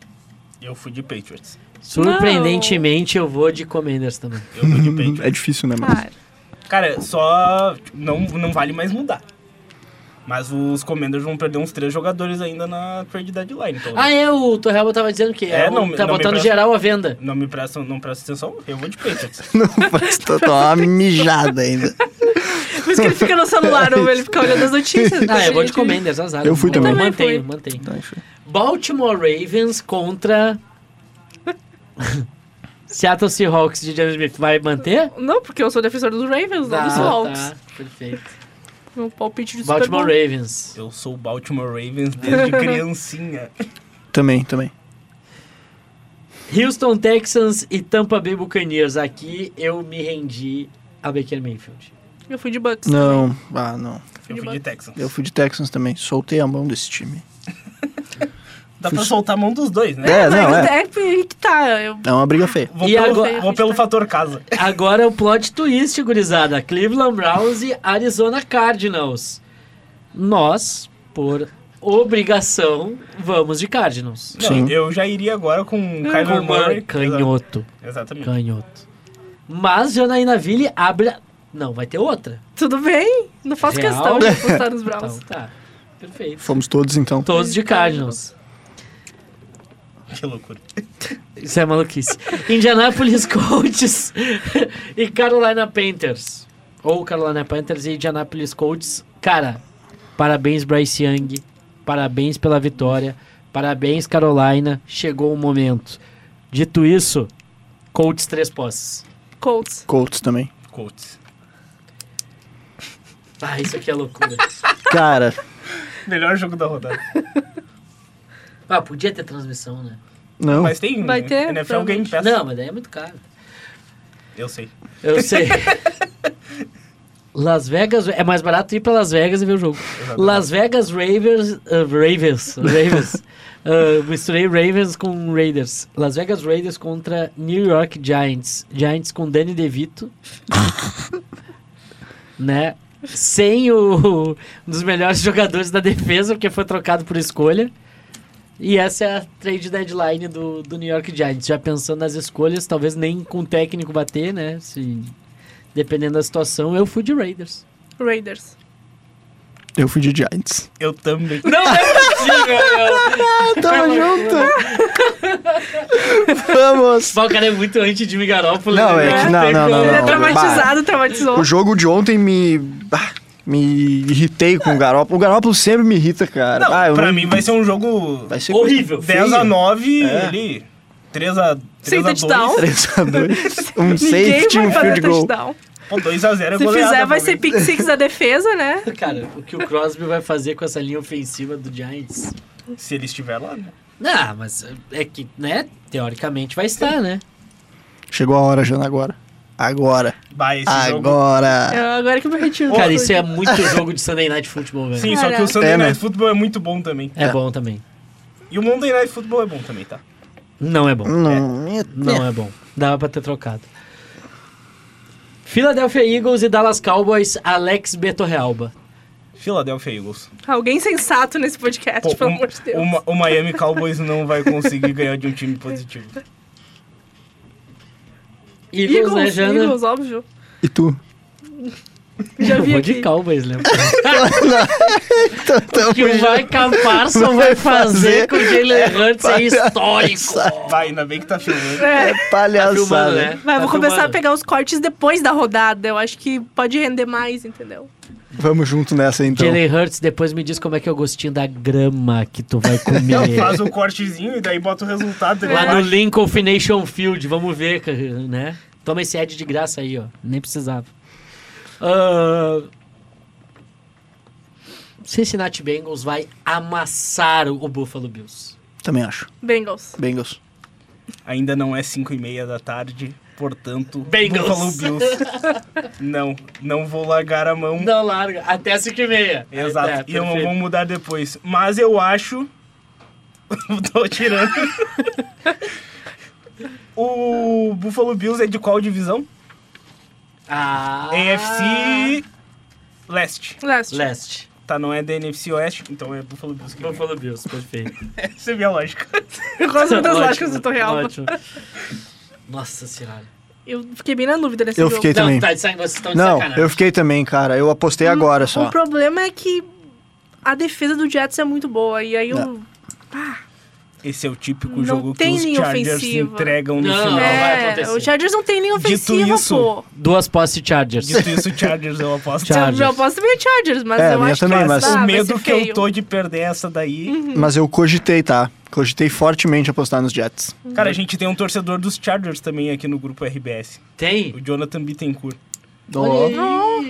Speaker 5: Eu fui de Patriots.
Speaker 3: Surpreendentemente, eu vou de Commanders também.
Speaker 5: Eu fui
Speaker 6: [laughs]
Speaker 5: de Patriots.
Speaker 6: É difícil, né? Mas...
Speaker 4: Cara.
Speaker 5: Cara, só tipo, não, não vale mais mudar. Mas os Commanders vão perder uns três jogadores ainda na trade deadline. Então,
Speaker 3: Ah, é, o Torrealba tava dizendo que
Speaker 5: É,
Speaker 3: é,
Speaker 5: não-
Speaker 3: tá
Speaker 5: não me
Speaker 3: botando
Speaker 5: presta-
Speaker 3: geral à
Speaker 5: [laughs]
Speaker 3: venda.
Speaker 5: Não me prestam, não presta atenção, eu vou de Patriots.
Speaker 6: Não, [laughs] mas tô, tô uma mijada ainda.
Speaker 4: Por isso que ele fica no
Speaker 3: [laughs]
Speaker 4: celular, ou ele fica olhando as notícias.
Speaker 3: Ah, eu vou de Commanders, azar.
Speaker 6: Eu fui também.
Speaker 4: Também
Speaker 3: Mantenho,
Speaker 4: fui.
Speaker 3: mantenho.
Speaker 6: Então, enfim.
Speaker 3: Baltimore Ravens contra... Seattle Seahawks de James Smith. Vai manter?
Speaker 4: Não, porque eu sou defensor dos Ravens, não dos Hawks.
Speaker 3: tá, perfeito.
Speaker 4: Meu palpite de Super
Speaker 3: Baltimore
Speaker 4: Bowl.
Speaker 3: Ravens.
Speaker 5: Eu sou o Baltimore Ravens
Speaker 6: [laughs]
Speaker 5: desde criancinha.
Speaker 6: Também, também.
Speaker 3: Houston Texans e Tampa Bay Buccaneers. Aqui eu me rendi a Baker Mayfield.
Speaker 4: Eu fui de Bucks.
Speaker 6: Não, ah, não.
Speaker 5: Eu fui de Texans.
Speaker 6: Eu fui de Texans também. Soltei a mão desse time.
Speaker 5: Dá pra soltar a mão dos dois, né?
Speaker 6: É, não,
Speaker 4: Mas
Speaker 6: é.
Speaker 4: é que tá. Eu...
Speaker 6: É uma briga feia.
Speaker 5: Vou,
Speaker 3: E
Speaker 5: pelo,
Speaker 3: agora-
Speaker 5: vou pelo fator casa.
Speaker 3: Agora o plot twist, gurizada. Cleveland Browns e Arizona Cardinals. Nós, por obrigação, vamos de Cardinals.
Speaker 5: Não,
Speaker 6: Sim.
Speaker 5: eu já iria agora com
Speaker 4: Hum,
Speaker 5: o Kyler Murray.
Speaker 3: Canhoto.
Speaker 5: Exa- Exatamente.
Speaker 3: Canhoto. Mas Janaína Ville abre... a- Não, vai ter outra.
Speaker 4: Tudo bem. Não faço
Speaker 3: Real?
Speaker 4: questão de
Speaker 3: [laughs]
Speaker 4: apostar nos
Speaker 3: Então
Speaker 4: Browns.
Speaker 3: tá. Perfeito.
Speaker 6: Fomos todos, então.
Speaker 3: Todos de Cardinals.
Speaker 5: Que loucura.
Speaker 3: Isso é maluquice. Indianapolis [laughs] Colts e Carolina Panthers. Ou Carolina Panthers e Indianapolis Colts. Cara, parabéns Bryce Young. Parabéns pela vitória. Parabéns Carolina. Chegou o momento. Dito isso, Colts três posses.
Speaker 4: Colts.
Speaker 6: Colts também.
Speaker 5: Colts.
Speaker 3: Ah, isso aqui é loucura.
Speaker 6: Cara,
Speaker 5: Melhor jogo da rodada.
Speaker 6: [laughs]
Speaker 3: ah, podia ter transmissão, né?
Speaker 6: não.
Speaker 5: Mas tem
Speaker 4: Vai ter,
Speaker 5: NFL Game Pass.
Speaker 3: Não, mas daí é muito caro.
Speaker 5: Eu sei.
Speaker 3: Eu sei. Las Vegas é mais barato ir pra Las Vegas e ver o jogo.
Speaker 5: Exatamente.
Speaker 3: Las Vegas Ravens, ah, Ravens, Ravens. Ah, misturei Ravens com Raiders. Las Vegas Raiders contra New York Giants. Giants com Danny DeVito. né? Sem o um dos melhores jogadores da defesa, porque foi trocado por escolha. E essa é a trade deadline do, do New York Giants. Já pensando nas escolhas, talvez nem com o técnico bater, né? Se, dependendo da situação, eu fui de Raiders.
Speaker 4: Raiders.
Speaker 6: Eu fui de Giants.
Speaker 5: Eu também.
Speaker 3: Não, não é [laughs] possível, meu.
Speaker 6: Tamo [laughs] junto! Vamos!
Speaker 3: Só o cara é muito anti de Migarópolis.
Speaker 6: Não,
Speaker 3: né?
Speaker 6: é que-
Speaker 3: tem
Speaker 6: não, não, não,
Speaker 3: como.
Speaker 4: Ele é
Speaker 6: não.
Speaker 4: traumatizado, traumatizou.
Speaker 6: O jogo de ontem me. ah, me irritei com o Garópolo. O Garópolo sempre me irrita, cara.
Speaker 5: Não,
Speaker 6: Ah, eu
Speaker 5: pra
Speaker 6: não-
Speaker 5: mim vai ser um jogo
Speaker 6: Vai ser
Speaker 3: Horrível.
Speaker 5: 10 a 9,
Speaker 6: É.
Speaker 5: ele 3 a 3
Speaker 4: Sem
Speaker 5: a 2.
Speaker 4: touchdown.
Speaker 6: 3x2. Um
Speaker 4: Ninguém
Speaker 6: safety e um
Speaker 4: vai fazer
Speaker 6: field goal.
Speaker 4: touchdown.
Speaker 5: Pô, 2 a 0 é
Speaker 4: Se
Speaker 5: goleada.
Speaker 4: fizer, vai
Speaker 5: pra
Speaker 4: ser
Speaker 5: mim.
Speaker 4: pick six da defesa, né?
Speaker 3: Cara, o que o Crosby vai fazer com essa linha ofensiva do Giants?
Speaker 5: Se ele estiver lá, né?
Speaker 3: Não, mas é que, né? Teoricamente vai estar, né?
Speaker 6: Chegou a hora, Jana, agora. Agora.
Speaker 5: Bah, esse jogo...
Speaker 6: Agora.
Speaker 4: Eu- agora que eu me retiro.
Speaker 3: É. Cara, isso é [laughs] muito jogo de Sunday Night Football, velho.
Speaker 5: Sim, só que
Speaker 4: Caraca.
Speaker 5: o Sunday
Speaker 6: É, né?
Speaker 5: Night Football é muito bom também.
Speaker 3: É bom também.
Speaker 5: E o Monday Night Football é bom também, tá?
Speaker 3: Não é bom.
Speaker 6: Não, é-
Speaker 3: Não é bom. Dava pra ter trocado. Philadelphia Eagles e Dallas Cowboys, Alex Betorrealba.
Speaker 5: Philadelphia Eagles.
Speaker 4: Alguém sensato nesse podcast,
Speaker 5: Pô,
Speaker 4: pelo
Speaker 5: o-
Speaker 4: amor de Deus.
Speaker 5: o Ma- o Miami Cowboys não vai conseguir ganhar de um time positivo.
Speaker 3: Eagles,
Speaker 4: Eagles,
Speaker 3: né, Jana?
Speaker 4: Eagles, óbvio.
Speaker 6: E tu?
Speaker 4: Já
Speaker 3: Eu [laughs]
Speaker 4: vi
Speaker 3: vou
Speaker 4: aqui.
Speaker 3: de Cowboys, né?
Speaker 6: Tamo
Speaker 3: que o
Speaker 6: junto.
Speaker 3: Micah Parsons
Speaker 6: Não
Speaker 3: vai
Speaker 6: vai
Speaker 3: fazer
Speaker 6: fazer.
Speaker 3: com o Jalen Hurts é histórico.
Speaker 5: Vai, ainda bem que tá filmando.
Speaker 4: É.
Speaker 6: Palhaçada.
Speaker 3: Filmando, né?
Speaker 4: Mas
Speaker 3: Tá
Speaker 4: vou começar a
Speaker 3: filmando.
Speaker 4: pegar os cortes depois da rodada. Eu acho que pode render mais, entendeu?
Speaker 6: Vamos junto nessa então.
Speaker 3: Jalen Hurts, depois me diz como é que é o gostinho da grama que tu vai comer.
Speaker 5: Faz o cortezinho e daí bota o resultado. dele
Speaker 3: Lá no
Speaker 5: embaixo.
Speaker 3: Lincoln Nation Field, vamos ver, cara, né? Toma esse ad de graça aí, ó. Nem precisava. Ah, Cincinnati Bengals vai amassar o Buffalo Bills.
Speaker 6: Também acho.
Speaker 4: Bengals.
Speaker 6: Bengals.
Speaker 5: Ainda não é 5 e meia da tarde, portanto,
Speaker 3: Bengals.
Speaker 5: Buffalo Bills. não, não vou largar a mão.
Speaker 3: Não larga, até 5 e meia.
Speaker 5: Um Exato.
Speaker 3: É,
Speaker 5: e um- eu não
Speaker 3: perfeito.
Speaker 5: vou mudar depois. Mas eu acho. [laughs] Tô tirando. [laughs] o Buffalo Bills é de qual divisão?
Speaker 3: Ah,
Speaker 5: AFC Leste.
Speaker 4: Last.
Speaker 3: Leste.
Speaker 5: Tá, não é da NFC Oeste, então é Buffalo Bills que ganha.
Speaker 3: Buffalo Bills, perfeito.
Speaker 5: [laughs] Essa é a minha lógica.
Speaker 3: [laughs]
Speaker 4: Eu gosto muito das
Speaker 3: Ótimo,
Speaker 4: lógicas do Torreal.
Speaker 3: ótimo. Nossa senhora.
Speaker 4: Eu fiquei bem na dúvida nesse
Speaker 6: Eu
Speaker 4: jogo.
Speaker 6: fiquei também.
Speaker 3: Não, tá de sangue, vocês estão de
Speaker 6: Não,
Speaker 3: sacanagem.
Speaker 6: eu fiquei também, cara. Eu apostei agora só.
Speaker 4: O problema é que a defesa do Jets é muito boa. E aí o.
Speaker 5: Esse é o típico
Speaker 4: Não
Speaker 5: jogo que
Speaker 4: tem
Speaker 5: os
Speaker 4: linha
Speaker 5: Chargers
Speaker 4: ofensiva.
Speaker 5: entregam no
Speaker 3: Não,
Speaker 5: final.
Speaker 3: vai
Speaker 4: É,
Speaker 3: acontecer.
Speaker 4: o Chargers não tem linha
Speaker 5: Dito
Speaker 4: ofensiva,
Speaker 5: isso,
Speaker 4: pô.
Speaker 3: Duas posses Chargers.
Speaker 5: Dito isso, Chargers eu aposto.
Speaker 3: Chargers.
Speaker 4: Eu posso ver Chargers, mas
Speaker 6: É,
Speaker 4: eu
Speaker 6: minha
Speaker 4: acho
Speaker 6: também,
Speaker 4: que
Speaker 6: mas-
Speaker 4: vai
Speaker 5: o
Speaker 4: dar, vai
Speaker 5: medo
Speaker 4: ser
Speaker 5: que eu
Speaker 4: feio. Uhum.
Speaker 5: tô de perder essa daí.
Speaker 6: Mas eu cogitei, tá? Cogitei fortemente apostar nos Jets.
Speaker 5: Cara, a gente tem um torcedor dos Chargers também aqui no grupo RBS.
Speaker 3: Tem?
Speaker 5: [laughs] O Jonathan Bittencourt.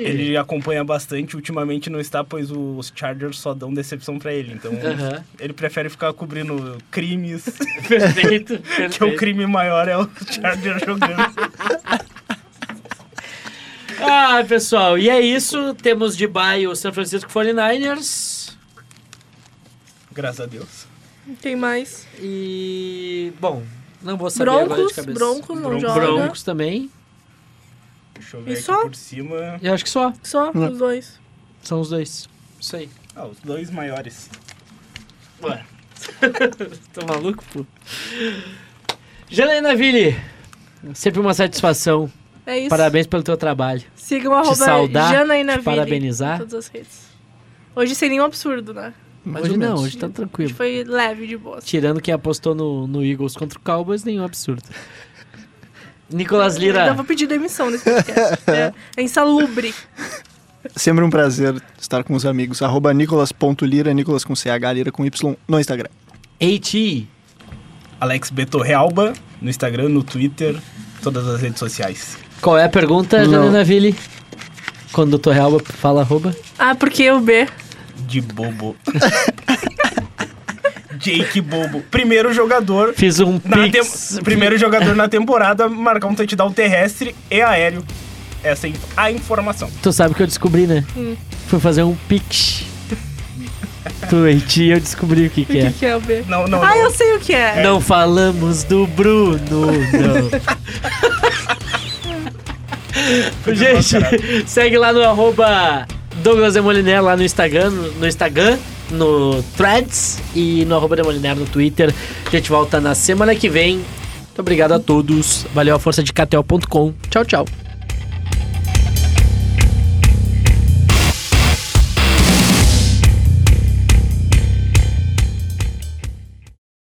Speaker 5: Ele acompanha bastante, ultimamente não está, pois os Chargers só dão decepção pra ele. Então,
Speaker 3: Aham.
Speaker 5: ele prefere ficar cobrindo crimes,
Speaker 4: [laughs]
Speaker 3: Perfeito.
Speaker 5: que é o
Speaker 3: perfeito.
Speaker 5: crime maior é o Chargers jogando. [laughs]
Speaker 3: Ah, pessoal, e é isso. Temos de bye o San Francisco 49ers.
Speaker 5: Graças a Deus.
Speaker 4: Tem mais.
Speaker 3: E. Bom, não vou saber agora de
Speaker 4: Broncos,
Speaker 3: cabeça.
Speaker 4: Broncos não
Speaker 5: Broncos.
Speaker 4: joga.
Speaker 3: Broncos também.
Speaker 5: Deixa eu ver
Speaker 4: E
Speaker 5: aqui
Speaker 4: só?
Speaker 5: por cima.
Speaker 3: Eu acho que só.
Speaker 4: Só os dois.
Speaker 3: São os dois. Isso aí. [laughs]
Speaker 5: Ah, os dois maiores.
Speaker 3: Ué. Tô maluco, pô. Janaína Ville, sempre uma satisfação.
Speaker 4: É isso.
Speaker 3: Parabéns pelo teu trabalho.
Speaker 4: Sigam arroba
Speaker 3: saudar,
Speaker 4: Janaína
Speaker 3: te
Speaker 4: Ville
Speaker 3: parabenizar.
Speaker 4: em todas as redes. Hoje seria um absurdo, né?
Speaker 6: Mais
Speaker 3: hoje
Speaker 6: ou
Speaker 3: não,
Speaker 6: menos.
Speaker 3: hoje tá
Speaker 4: Hoje
Speaker 3: tranquilo.
Speaker 4: foi leve de boa.
Speaker 3: Tirando quem apostou no, no Eagles contra o Cowboys, nenhum absurdo. Nicolas
Speaker 4: Eu
Speaker 3: Lira,
Speaker 4: vou pedir demissão nesse podcast. é, é insalubre.
Speaker 6: Sempre um prazer estar com os amigos. Arroba nicolas.lira, nicolas com CH, lira com Y no Instagram.
Speaker 3: AT,
Speaker 5: Alex Betorrealba, no Instagram, no Twitter, todas as redes sociais.
Speaker 3: qual é a pergunta,
Speaker 6: Não.
Speaker 3: Janaína Ville? Quando o Dr. Helba fala arroba.
Speaker 4: Ah, porque o B.
Speaker 5: De bobo. [laughs] Jake Bobo. Primeiro jogador.
Speaker 3: Fiz um
Speaker 5: na
Speaker 3: pix.
Speaker 5: tem- Primeiro jogador na temporada a marcar um touchdown terrestre e aéreo. Essa é a informação.
Speaker 3: Tu sabe o que eu descobri, né? Fui fazer um pix. Twitch e eu descobri o que que
Speaker 4: O
Speaker 3: é.
Speaker 4: que, que é o B?
Speaker 5: Não, não,
Speaker 4: Ah,
Speaker 5: não.
Speaker 4: eu sei o que é.
Speaker 3: Não falamos do Bruno, não. Gente, segue lá no arroba Douglas Demoliner lá no Instagram, no no Instagram, no Threads e no arroba Demoliner no Twitter. A gente volta na semana que vem. Muito obrigado a todos. Valeu a força de KTO.com. Tchau, tchau.